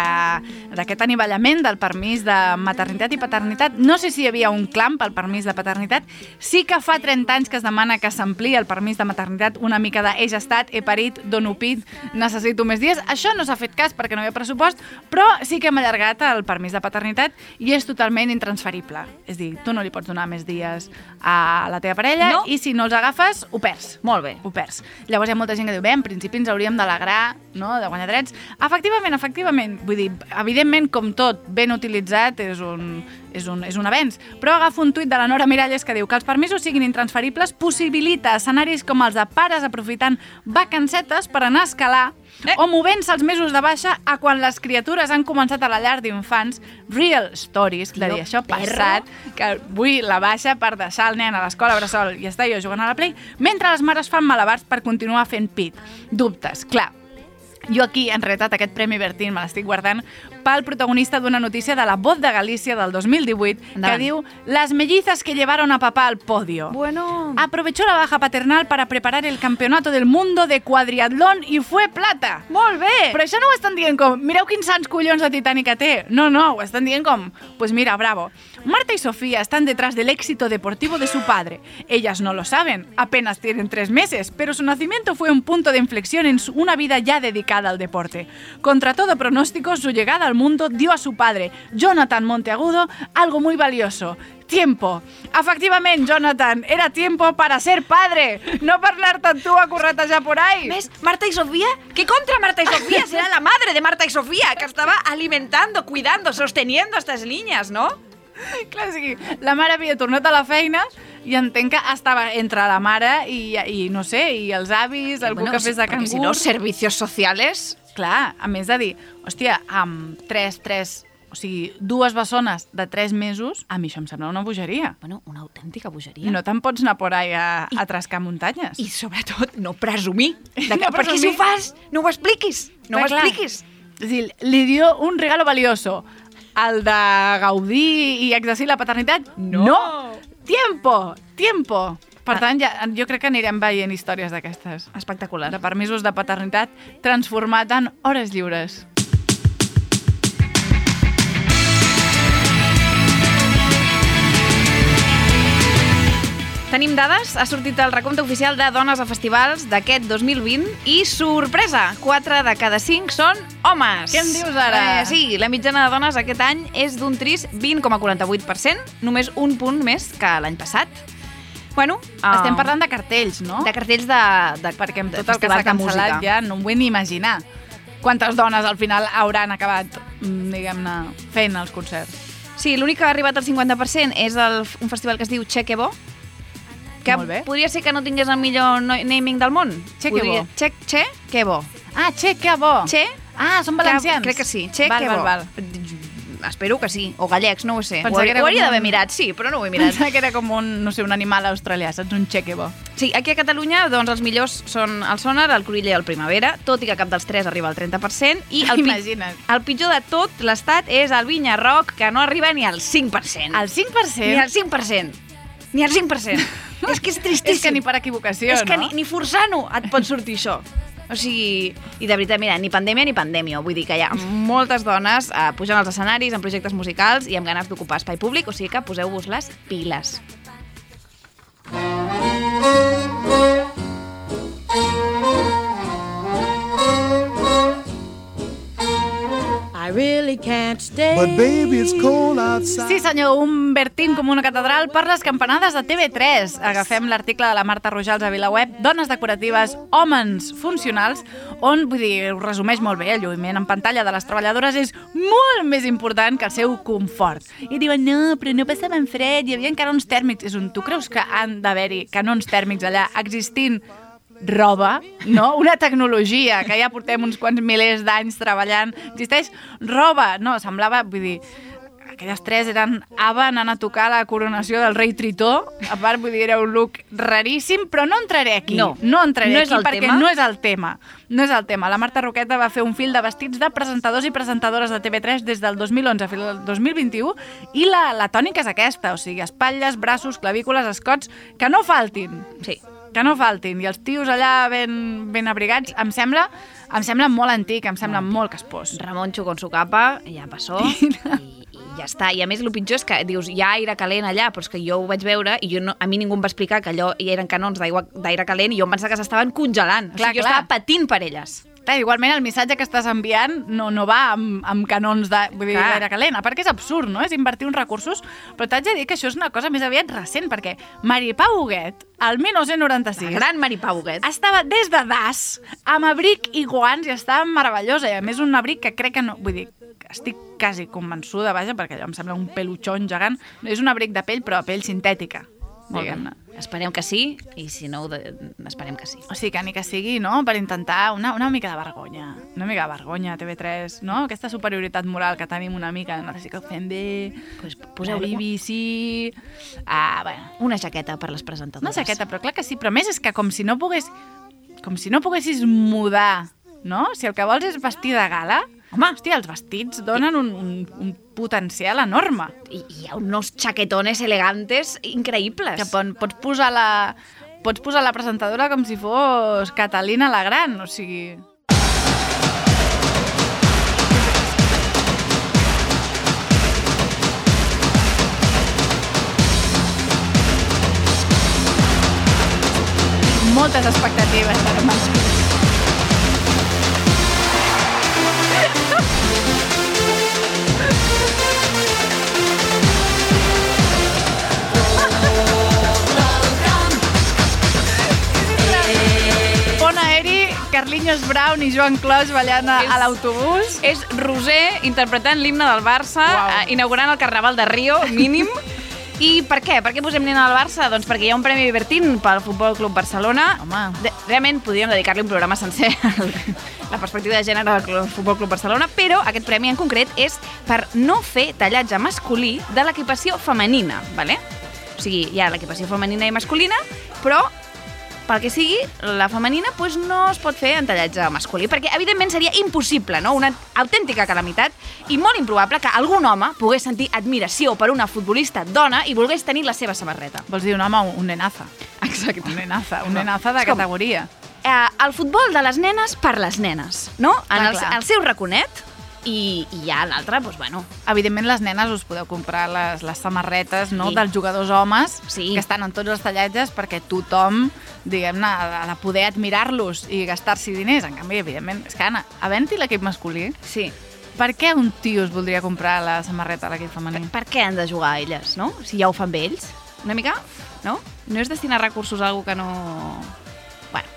[SPEAKER 4] d'aquest anivellament del permís de maternitat i paternitat. No sé si hi havia un clam pel permís de paternitat. Sí que fa 30 anys que es demana que s'ampliï el permís de maternitat una mica de he gestat, he parit, dono pit, necessito més dies. Això no s'ha fet cas perquè no hi ha pressupost, però sí que hem allargat el permís de paternitat i és totalment intransferible. És a dir, tu no li pots donar més dies a la teva parella
[SPEAKER 7] No.
[SPEAKER 4] i si no els agafes, ho perds.
[SPEAKER 7] Molt bé.
[SPEAKER 4] Ho perds. Llavors hi ha molta gent que diu, bé, en principi ens hauríem d'alegrar, no?, de guanyar drets. Efectivament, efectivament. Vull dir, evidentment, com tot, ben utilitzat és un, és un, és un avenç. Però agafo un tuit de la Nora Miralles que diu que els permisos siguin intransferibles possibilita escenaris com els de pares aprofitant vacancetes per anar a escalar eh. o movent-se els mesos de baixa a quan les criatures han començat a la llar d'infants. Real stories, de
[SPEAKER 7] Tio
[SPEAKER 4] dir, això ha
[SPEAKER 7] perro.
[SPEAKER 4] passat que vull la baixa per deixar el nen a l'escola bressol i estar jo jugant a la Play, mentre les mares fan malabars per continuar fent pit. Dubtes, clar. Jo aquí, en realitat, aquest Premi Bertín me l'estic guardant pel protagonista d'una notícia de la Voz de Galícia del 2018
[SPEAKER 7] Endavant.
[SPEAKER 4] que diu «Las mellizas que llevaron a papá al podio».
[SPEAKER 7] Bueno.
[SPEAKER 4] Aprovechó la baja paternal para preparar el campeonato del mundo de cuadriatlón y fue plata.
[SPEAKER 7] Molt bé!
[SPEAKER 4] Però això no ho estan dient com, mireu quins sants collons de Titanic que té. No, no, ho estan dient com, pues mira, bravo. Marta y Sofía están detrás del éxito deportivo de su padre. Ellas no lo saben, apenas tienen tres meses, pero su nacimiento fue un punto de inflexión en su- una vida ya dedicada al deporte. Contra todo pronóstico, su llegada al mundo dio a su padre, Jonathan Monteagudo, algo muy valioso. Tiempo. Efectivament, Jonathan, era tiempo para ser padre, no per anar-te'n tu a corretejar por ahí.
[SPEAKER 16] ¿Ves? Marta y Sofía, que contra Marta y Sofía será la madre de Marta y Sofía, que estaba alimentando, cuidando, sosteniendo a estas niñas, ¿no?
[SPEAKER 4] Clar, o sigui, la mare havia tornat a la feina i entenc que estava entre la mare i, i no sé, i els avis, algú
[SPEAKER 7] Bueno,
[SPEAKER 4] que fes de
[SPEAKER 7] perquè
[SPEAKER 4] cangur...
[SPEAKER 7] si no, servicios sociales...
[SPEAKER 4] Clar, a més de dir, hòstia, amb 3, 3, o sigui, dues bessones de 3 mesos, a mi això em sembla una bogeria.
[SPEAKER 7] Bueno, una autèntica bogeria.
[SPEAKER 4] No te'n pots anar por ahí a, a trascar muntanyes.
[SPEAKER 16] I sobretot, no presumir. De
[SPEAKER 4] [LAUGHS] No
[SPEAKER 16] que, perquè si
[SPEAKER 4] presumir.
[SPEAKER 16] ho fas, no ho expliquis. No ho
[SPEAKER 4] Clar, clar.
[SPEAKER 16] expliquis.
[SPEAKER 4] És a dir, li dio un regalo valioso. El de gaudir i exercir la paternitat? No! no. Tiempo! Tiempo! Per tant, ja, jo crec que anirem veient històries d'aquestes.
[SPEAKER 7] Espectacular.
[SPEAKER 4] De permisos de paternitat transformat en hores lliures.
[SPEAKER 7] Tenim dades, ha sortit el recompte oficial de dones a festivals d'aquest 2020 i, sorpresa, 4 de cada 5 són homes.
[SPEAKER 4] Què em dius ara?
[SPEAKER 7] Eh, sí, la mitjana de dones aquest any és d'un trist 20,48%, només un punt més que l'any passat. Bueno,
[SPEAKER 4] Estem parlant de cartells, no?
[SPEAKER 7] Ah. de cartells de, de perquè amb
[SPEAKER 4] Ah. Tot el que s'ha cancel·lat ja no em vull ni imaginar quantes dones al final hauran acabat, mm, diguem-ne, fent els concerts.
[SPEAKER 7] Sí, l'únic que ha arribat al 50% és el, un festival que es diu Chequebo, que
[SPEAKER 4] Molt bé.
[SPEAKER 7] podria ser que no tingués el millor no- naming del món.
[SPEAKER 4] Chequebo.
[SPEAKER 7] Podria- Che, che, que bo.
[SPEAKER 4] Ah, Che, que bo.
[SPEAKER 7] Che.
[SPEAKER 4] Ah, són valencians.
[SPEAKER 7] Que, crec que sí. Che,
[SPEAKER 4] Val,
[SPEAKER 7] que
[SPEAKER 4] val,
[SPEAKER 7] bo.
[SPEAKER 4] val.
[SPEAKER 7] Espero que sí. O gallecs, no ho sé.
[SPEAKER 4] Pensava
[SPEAKER 7] ho
[SPEAKER 4] que era
[SPEAKER 7] hauria, ho hauria
[SPEAKER 4] com
[SPEAKER 7] d'haver
[SPEAKER 4] un-
[SPEAKER 7] mirat, sí, però no ho he mirat.
[SPEAKER 4] Pensava que era com un, no sé, un animal australià, saps? Un chequebo.
[SPEAKER 7] [LAUGHS] Sí, aquí a Catalunya doncs, els millors són el Sónar, el Cruïlla i el Primavera, tot i que cap dels tres arriba al 30%. I [LAUGHS] el, pi
[SPEAKER 4] Imagina't.
[SPEAKER 7] el pitjor de tot l'estat és el Vinya Roc, que no arriba ni al 5%.
[SPEAKER 4] Al 5%?
[SPEAKER 7] Ni al 5%. Ni al [LAUGHS] 5%. és que és tristíssim.
[SPEAKER 4] És que ni per equivocació,
[SPEAKER 7] És que
[SPEAKER 4] no?
[SPEAKER 7] ni, ni forçant-ho et pot sortir això. O sigui, i de veritat, mira, ni pandèmia ni pandèmia. Vull dir que hi ha moltes dones eh, pujant als escenaris, en projectes musicals i amb ganes d'ocupar espai públic, o sigui que poseu-vos les piles.
[SPEAKER 17] I
[SPEAKER 18] really can't stay.
[SPEAKER 4] Sí, senyor Humbertín com una catedral per les campanades de TV3. Agafem l'article de la Marta Rojals a Vilaweb, Dones decoratives, hòmens funcionals, on, vull dir, ho resumeix molt bé, el lluïment en pantalla de les treballadores és molt més important que el seu confort. I diuen, no, però no passaven fred, hi havia encara uns tèrmics. És un, tu creus que han d'haver-hi canons tèrmics allà existint roba, no? [LAUGHS] Una tecnologia que ja portem uns quants milers d'anys treballant. Existeix roba, no? Semblava, vull dir, aquelles tres eren Ava anant a tocar la coronació del rei Tritó. A part, vull dir, era un look raríssim, però no entraré aquí.
[SPEAKER 7] No.
[SPEAKER 4] no entraré
[SPEAKER 7] No és
[SPEAKER 4] aquí
[SPEAKER 7] el
[SPEAKER 4] perquè
[SPEAKER 7] tema.
[SPEAKER 4] no és el tema. No és el tema. La Marta Roqueta va fer un fil de vestits de presentadors i presentadores de TV3 des del 2011 fins al 2021 i la, la tònica és aquesta, o sigui, espatlles, braços, clavícules, escots, que no faltin. Sí. Que no faltin. I els tios allà ben, ben abrigats, em sembla, em sembla molt antic, em sembla molt caspós.
[SPEAKER 7] Ramonxo con su capa, ja
[SPEAKER 4] [LAUGHS]
[SPEAKER 7] passó. I, i ja està. I a més, el pitjor és que dius, hi ha aire calent allà, però és que jo ho vaig veure i jo no, a mi ningú em va explicar que allò hi eren canons d'aigua- d'aire calent i jo em pensava que s'estaven congelant.
[SPEAKER 4] Clar,
[SPEAKER 7] o sigui, jo
[SPEAKER 4] clar.
[SPEAKER 7] estava patint per elles.
[SPEAKER 4] Clar, igualment el missatge que estàs enviant no, no va amb, amb canons de- vull dir,
[SPEAKER 7] Clar.
[SPEAKER 4] d'aire calent, a part que és absurd, no? És invertir uns recursos, però t'haig de dir que això és una cosa més aviat recent, perquè Mari Pau Huguet, al 1996...
[SPEAKER 7] La gran Mari Pau Huguet.
[SPEAKER 4] Estava des de Das, amb abric i guants, i estava meravellosa, i a més un abric que crec que no... Vull dir, que estic quasi convençuda, vaja, perquè allò em sembla un pelutxon gegant. No és un abric de pell, però pell sintètica,
[SPEAKER 7] Molt bé.
[SPEAKER 4] diguem-ne.
[SPEAKER 7] Esperem que sí, i si no, ho de... esperem que sí.
[SPEAKER 4] O sigui, que ni que sigui, no?, per intentar una, una mica de vergonya. Una mica de vergonya, TV3, no? Aquesta superioritat moral que tenim una mica, nosaltres sí que ho fem bé, pues,
[SPEAKER 7] poseu-
[SPEAKER 4] poseu la BBC... Ah, bueno.
[SPEAKER 7] Una jaqueta per les presentadores.
[SPEAKER 4] Una jaqueta, però clar que sí, però a més és que com si no pogués... Com si no poguessis mudar, no? Si el que vols és vestir de gala, home, hòstia, els vestits donen un, un, un potencial enorme.
[SPEAKER 7] I hi ha unos chaquetones elegantes increïbles.
[SPEAKER 4] Que pon, pots posar la... Pots posar la presentadora com si fos Catalina la Gran, o sigui... Moltes expectatives per a Pon Aeri, Carlinhos Brown i Joan Clos ballant a, a l'autobús.
[SPEAKER 19] És Roser interpretant l'himne del Barça,
[SPEAKER 7] eh,
[SPEAKER 19] wow. inaugurant el Carnaval de Rio, mínim.
[SPEAKER 7] I per què? Per què posem l'himne al Barça? Doncs perquè hi ha un premi divertint pel Futbol Club Barcelona.
[SPEAKER 4] Home.
[SPEAKER 7] De, realment podríem dedicar-li un programa sencer a la perspectiva de gènere del Club- Futbol Club Barcelona, però aquest premi en concret és per no fer tallatge masculí de l'equipació femenina, vale? O sigui, hi ha l'equipació femenina i masculina, però pel que sigui, la femenina pues, no es pot fer en tallatge masculí, perquè evidentment seria impossible, no? una autèntica calamitat i molt improbable que algun home pogués sentir admiració per una futbolista dona i volgués tenir la seva samarreta.
[SPEAKER 4] Vols dir un home, un nenaza.
[SPEAKER 7] Exacte.
[SPEAKER 4] Un nenaza, un nenaza de
[SPEAKER 7] És com-
[SPEAKER 4] categoria.
[SPEAKER 7] Eh, el futbol de les nenes per les nenes, no? En
[SPEAKER 4] Clar,
[SPEAKER 7] el,
[SPEAKER 4] clar.
[SPEAKER 7] el seu raconet i, i ja l'altre, doncs, bueno,
[SPEAKER 4] Evidentment, les nenes us podeu comprar les, les samarretes no,
[SPEAKER 7] Sí.
[SPEAKER 4] dels jugadors homes sí. que estan en tots els tallatges perquè tothom, diguem-ne, ha de poder admirar-los i gastar-s'hi diners. En canvi, evidentment, és que, Anna, havent-hi l'equip masculí,
[SPEAKER 7] sí.
[SPEAKER 4] per què un tio es voldria comprar la samarreta de l'equip femení?
[SPEAKER 7] per què han de jugar elles, no? Si ja ho fan bé ells, una mica, no? No és destinar recursos a algú que no... Bueno,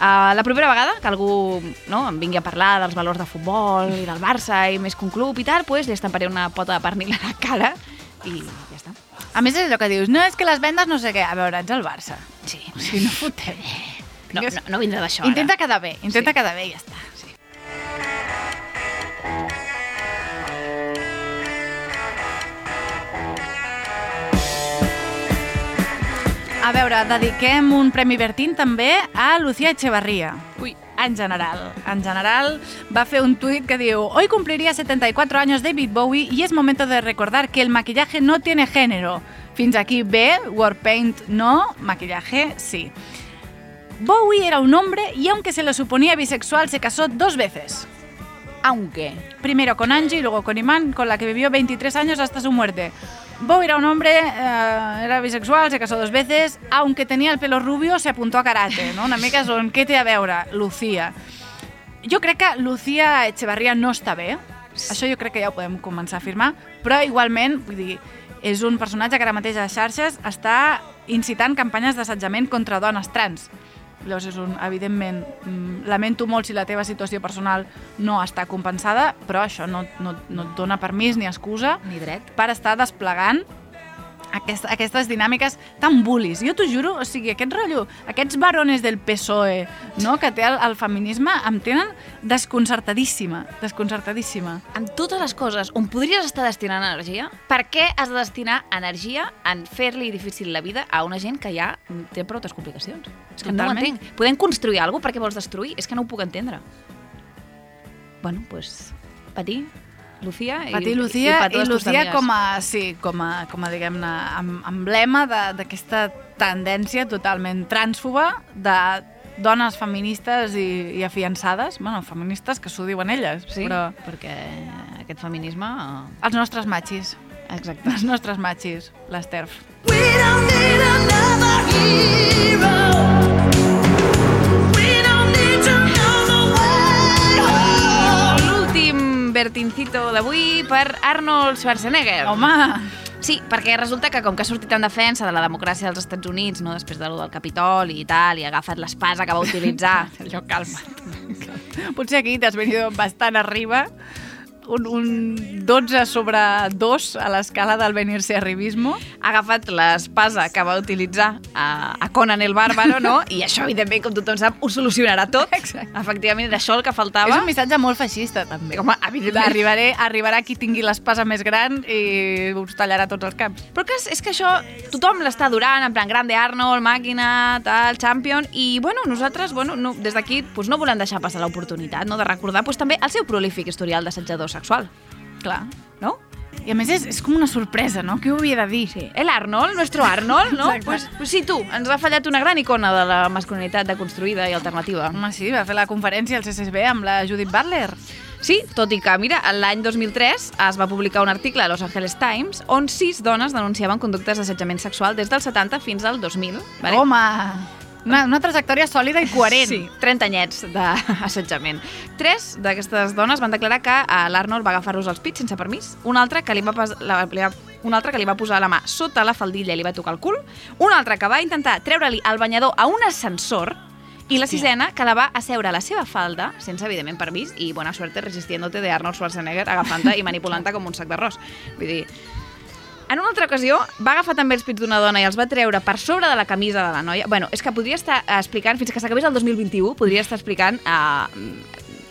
[SPEAKER 7] uh, la propera vegada que algú no, em vingui a parlar dels valors de futbol i del Barça i més que un club i tal, pues, li estamparé una pota de pernil a la cara i ja està.
[SPEAKER 4] A més, és allò que dius, no, és que les vendes no sé què. A veure, ets el Barça.
[SPEAKER 7] Sí.
[SPEAKER 4] O sigui, no fotem.
[SPEAKER 7] No, no, no vindrà d'això, ara.
[SPEAKER 4] Intenta quedar bé, intenta sí. quedar bé i ja està. A veure, dediquem un Premi Bertín també a Lucía Echevarría. Ui. En general, en general, va fer un tuit que diu Hoy cumpliría 74 años David Bowie y es momento de recordar que el maquillaje no tiene género. Fins aquí bé, Warpaint no, maquillaje sí. Bowie era un hombre y aunque se lo suponía bisexual, se casó dos veces.
[SPEAKER 7] Aunque.
[SPEAKER 4] Primero con Angie y luego con Iman, con la que vivió 23 años hasta su muerte. Bowie era un hombre, eh, era bisexual, se casó dos veces, aunque tenía el pelo rubio, se apuntó a karate, no? Una mica és on què té a veure, Lucía. Jo crec que Lucía Echevarría no està bé, Això jo crec que ja ho podem començar a afirmar, però igualment, vull dir, és un personatge que ara mateix a les xarxes està incitant campanyes d'assetjament contra dones trans. Llavors és un, evidentment, mm, lamento molt si la teva situació personal no està compensada, però això no, no, no et dona permís ni excusa
[SPEAKER 7] Ni dret.
[SPEAKER 4] per estar desplegant aquest, aquestes dinàmiques tan bullies. Jo t'ho juro, o sigui, aquest rotllo, aquests varones del PSOE E, no, que té el, el feminisme em tenen desconcertadíssima, desconcertadíssima.
[SPEAKER 7] Amb totes les coses on podries estar destinant energia, per què has de destinar energia en fer-li difícil la vida a una gent que ja té prou complicacions? És que no ho
[SPEAKER 4] Totalment.
[SPEAKER 7] entenc. Podem construir alguna cosa perquè vols destruir? És que no ho puc entendre. Bueno, doncs, pues, patir, Lucía i,
[SPEAKER 4] Pati Lucía,
[SPEAKER 7] i,
[SPEAKER 4] i,
[SPEAKER 7] pa totes tus
[SPEAKER 4] Lucía
[SPEAKER 7] amigues.
[SPEAKER 4] com a, sí, com a, com a diguem-ne, em- emblema de- d'aquesta tendència totalment trànsfoba de dones feministes i, i afiançades, bueno, feministes que s'ho diuen elles,
[SPEAKER 7] Sí,
[SPEAKER 4] però
[SPEAKER 7] perquè aquest feminisme... eh,
[SPEAKER 4] els nostres matxis.
[SPEAKER 7] Exacte.
[SPEAKER 4] Els nostres matxis, les TERF.
[SPEAKER 7] L'últim vertincito d'avui per Arnold Schwarzenegger.
[SPEAKER 4] Home!
[SPEAKER 7] Sí, perquè resulta que com que ha sortit en defensa de la democràcia dels Estats Units, no, després de lo del Capitol i tal, i ha agafat l'espasa que va utilitzar...
[SPEAKER 4] [LAUGHS] Allò, calma't. Potser aquí t'has venido bastant arriba, un, un 12 sobre 2 a l'escala del venir-se arribismo.
[SPEAKER 7] Ha agafat l'espasa que va utilitzar a, a Conan el Bàrbaro, no? I això, evidentment, com tothom sap, ho solucionarà tot. Exacte. Efectivament, d'això el que faltava...
[SPEAKER 4] És un missatge molt feixista, també.
[SPEAKER 7] Home, evidentment.
[SPEAKER 4] Arribaré, arribarà qui tingui l'espasa més gran i us tallarà tots els caps.
[SPEAKER 7] Però que és, és que això tothom l'està durant, en plan, grande Arnold, màquina, tal, champion, i bueno, nosaltres, bueno, no, des d'aquí pues, no volem deixar passar l'oportunitat no, de recordar pues, també el seu prolífic historial d'assetjador sexual.
[SPEAKER 4] Clar.
[SPEAKER 7] No?
[SPEAKER 4] I a més és, és com una sorpresa, no? Què ho havia de dir? Sí.
[SPEAKER 7] El Arnold, nuestro Arnold, no?
[SPEAKER 4] Exacte.
[SPEAKER 7] pues, pues sí, tu, ens ha fallat una gran icona de la masculinitat deconstruïda i alternativa.
[SPEAKER 4] Home, sí, va fer la conferència al CSSB amb la Judith Butler.
[SPEAKER 7] Sí, tot i que, mira, l'any 2003 es va publicar un article a Los Angeles Times on sis dones denunciaven conductes d'assetjament sexual des del 70 fins al 2000. Vale?
[SPEAKER 4] Home! Una, una trajectòria sòlida i coherent.
[SPEAKER 7] Sí, 30 anyets d'assetjament. Tres d'aquestes dones van declarar que eh, l'Arnold va agafar-los als pits sense permís, un altre que li va, pas, la, li va un altre que li va posar la mà sota la faldilla i li va tocar el cul, un altre que va intentar treure-li el banyador a un ascensor i la sisena que la va asseure a la seva falda, sense evidentment permís, i bona suerte resistiéndote de Arnold Schwarzenegger agafant-te i manipulant-te com un sac d'arròs. Vull dir, en una altra ocasió, va agafar també els pits d'una dona i els va treure per sobre de la camisa de la noia. Bueno, és que podria estar eh, explicant, fins que s'acabés el 2021, podria estar explicant eh,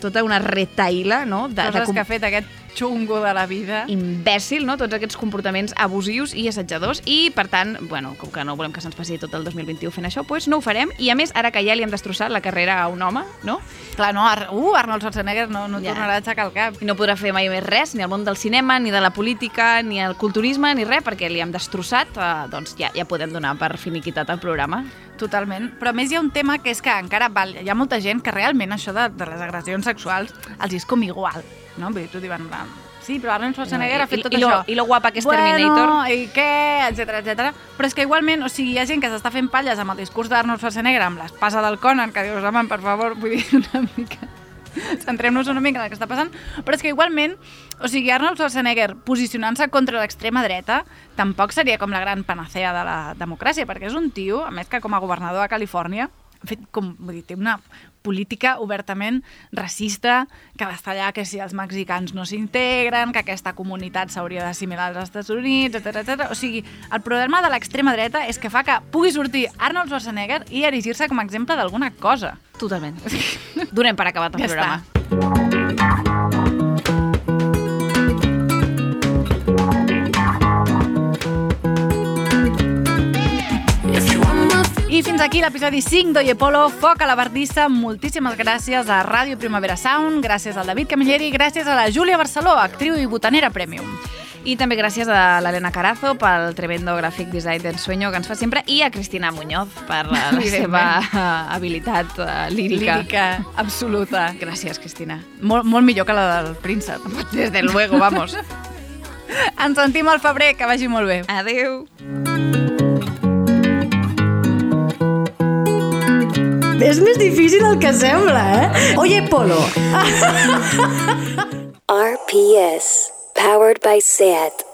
[SPEAKER 7] tota una retaïla, no? De,
[SPEAKER 4] Coses que ha fet aquest xungo de la vida.
[SPEAKER 7] imbècil, no? Tots aquests comportaments abusius i assetjadors i, per tant, bueno, com que no volem que se'ns passi tot el 2021 fent això, doncs no ho farem i, a més, ara que ja li hem destrossat la carrera a un home, no?
[SPEAKER 4] Clar, no, Ar uh, Arnold Schwarzenegger no, no
[SPEAKER 7] Ja.
[SPEAKER 4] tornarà a aixecar el cap.
[SPEAKER 7] I no podrà fer mai més res, ni al món del cinema, ni de la política, ni al culturisme, ni res, perquè li hem destrossat, eh, doncs ja, ja podem donar per finiquitat el programa.
[SPEAKER 4] Totalment. Però a més hi ha un tema que és que encara val, hi ha molta gent que realment això de, de les agressions sexuals els és com igual. No? Vull dir, tu diuen, "Ah, sí, però Arnold Schwarzenegger
[SPEAKER 7] No, i-
[SPEAKER 4] ha fet tot
[SPEAKER 7] i lo-
[SPEAKER 4] això.
[SPEAKER 7] i lo guapa que és
[SPEAKER 4] bueno,
[SPEAKER 7] Terminator.
[SPEAKER 4] i què, etc etc. Però és que igualment, o sigui, hi ha gent que s'està fent palles amb el discurs d'Arnold Schwarzenegger, amb l'espasa del Conan, que dius, home, per favor, vull dir, una mica... [LAUGHS] Centrem-nos una mica en el que està passant. Però és que igualment, o sigui, Arnold Schwarzenegger posicionant-se contra l'extrema dreta tampoc seria com la gran panacea de la democràcia, perquè és un tio, a més que com a governador de Califòrnia, ha fet com, vull dir, té una política obertament racista, que d'estar allà que si els mexicans no s'integren, que aquesta comunitat s'hauria d'assimilar als Estats Units, etc etc. O sigui, el problema de l'extrema dreta és que fa que pugui sortir Arnold Schwarzenegger i erigir-se com a exemple d'alguna cosa.
[SPEAKER 7] Totalment.
[SPEAKER 4] [LAUGHS]
[SPEAKER 7] Donem per acabat el
[SPEAKER 4] Ja
[SPEAKER 7] programa.
[SPEAKER 4] I fins aquí l'episodi 5 d'Oye Polo, foc a la bardissa. Moltíssimes gràcies a Ràdio Primavera Sound, gràcies al David Camilleri, gràcies a la Júlia Barceló, actriu i botanera Premium.
[SPEAKER 7] I també gràcies a l'Helena Carazo pel tremendo gràfic design d'ensueño que ens fa sempre i a Cristina Muñoz per eh, la seva
[SPEAKER 4] Evidentment.
[SPEAKER 7] eh, habilitat eh, lírica.
[SPEAKER 4] Lírica absoluta.
[SPEAKER 7] Gràcies, Cristina.
[SPEAKER 4] Molt, molt millor que la del príncep.
[SPEAKER 7] Desde luego, vamos.
[SPEAKER 4] Ens sentim al febrer, que vagi molt bé.
[SPEAKER 7] Adeu.
[SPEAKER 12] De És més difícil del que sembla, eh? Oye, Polo.
[SPEAKER 1] RPS, powered by SAT.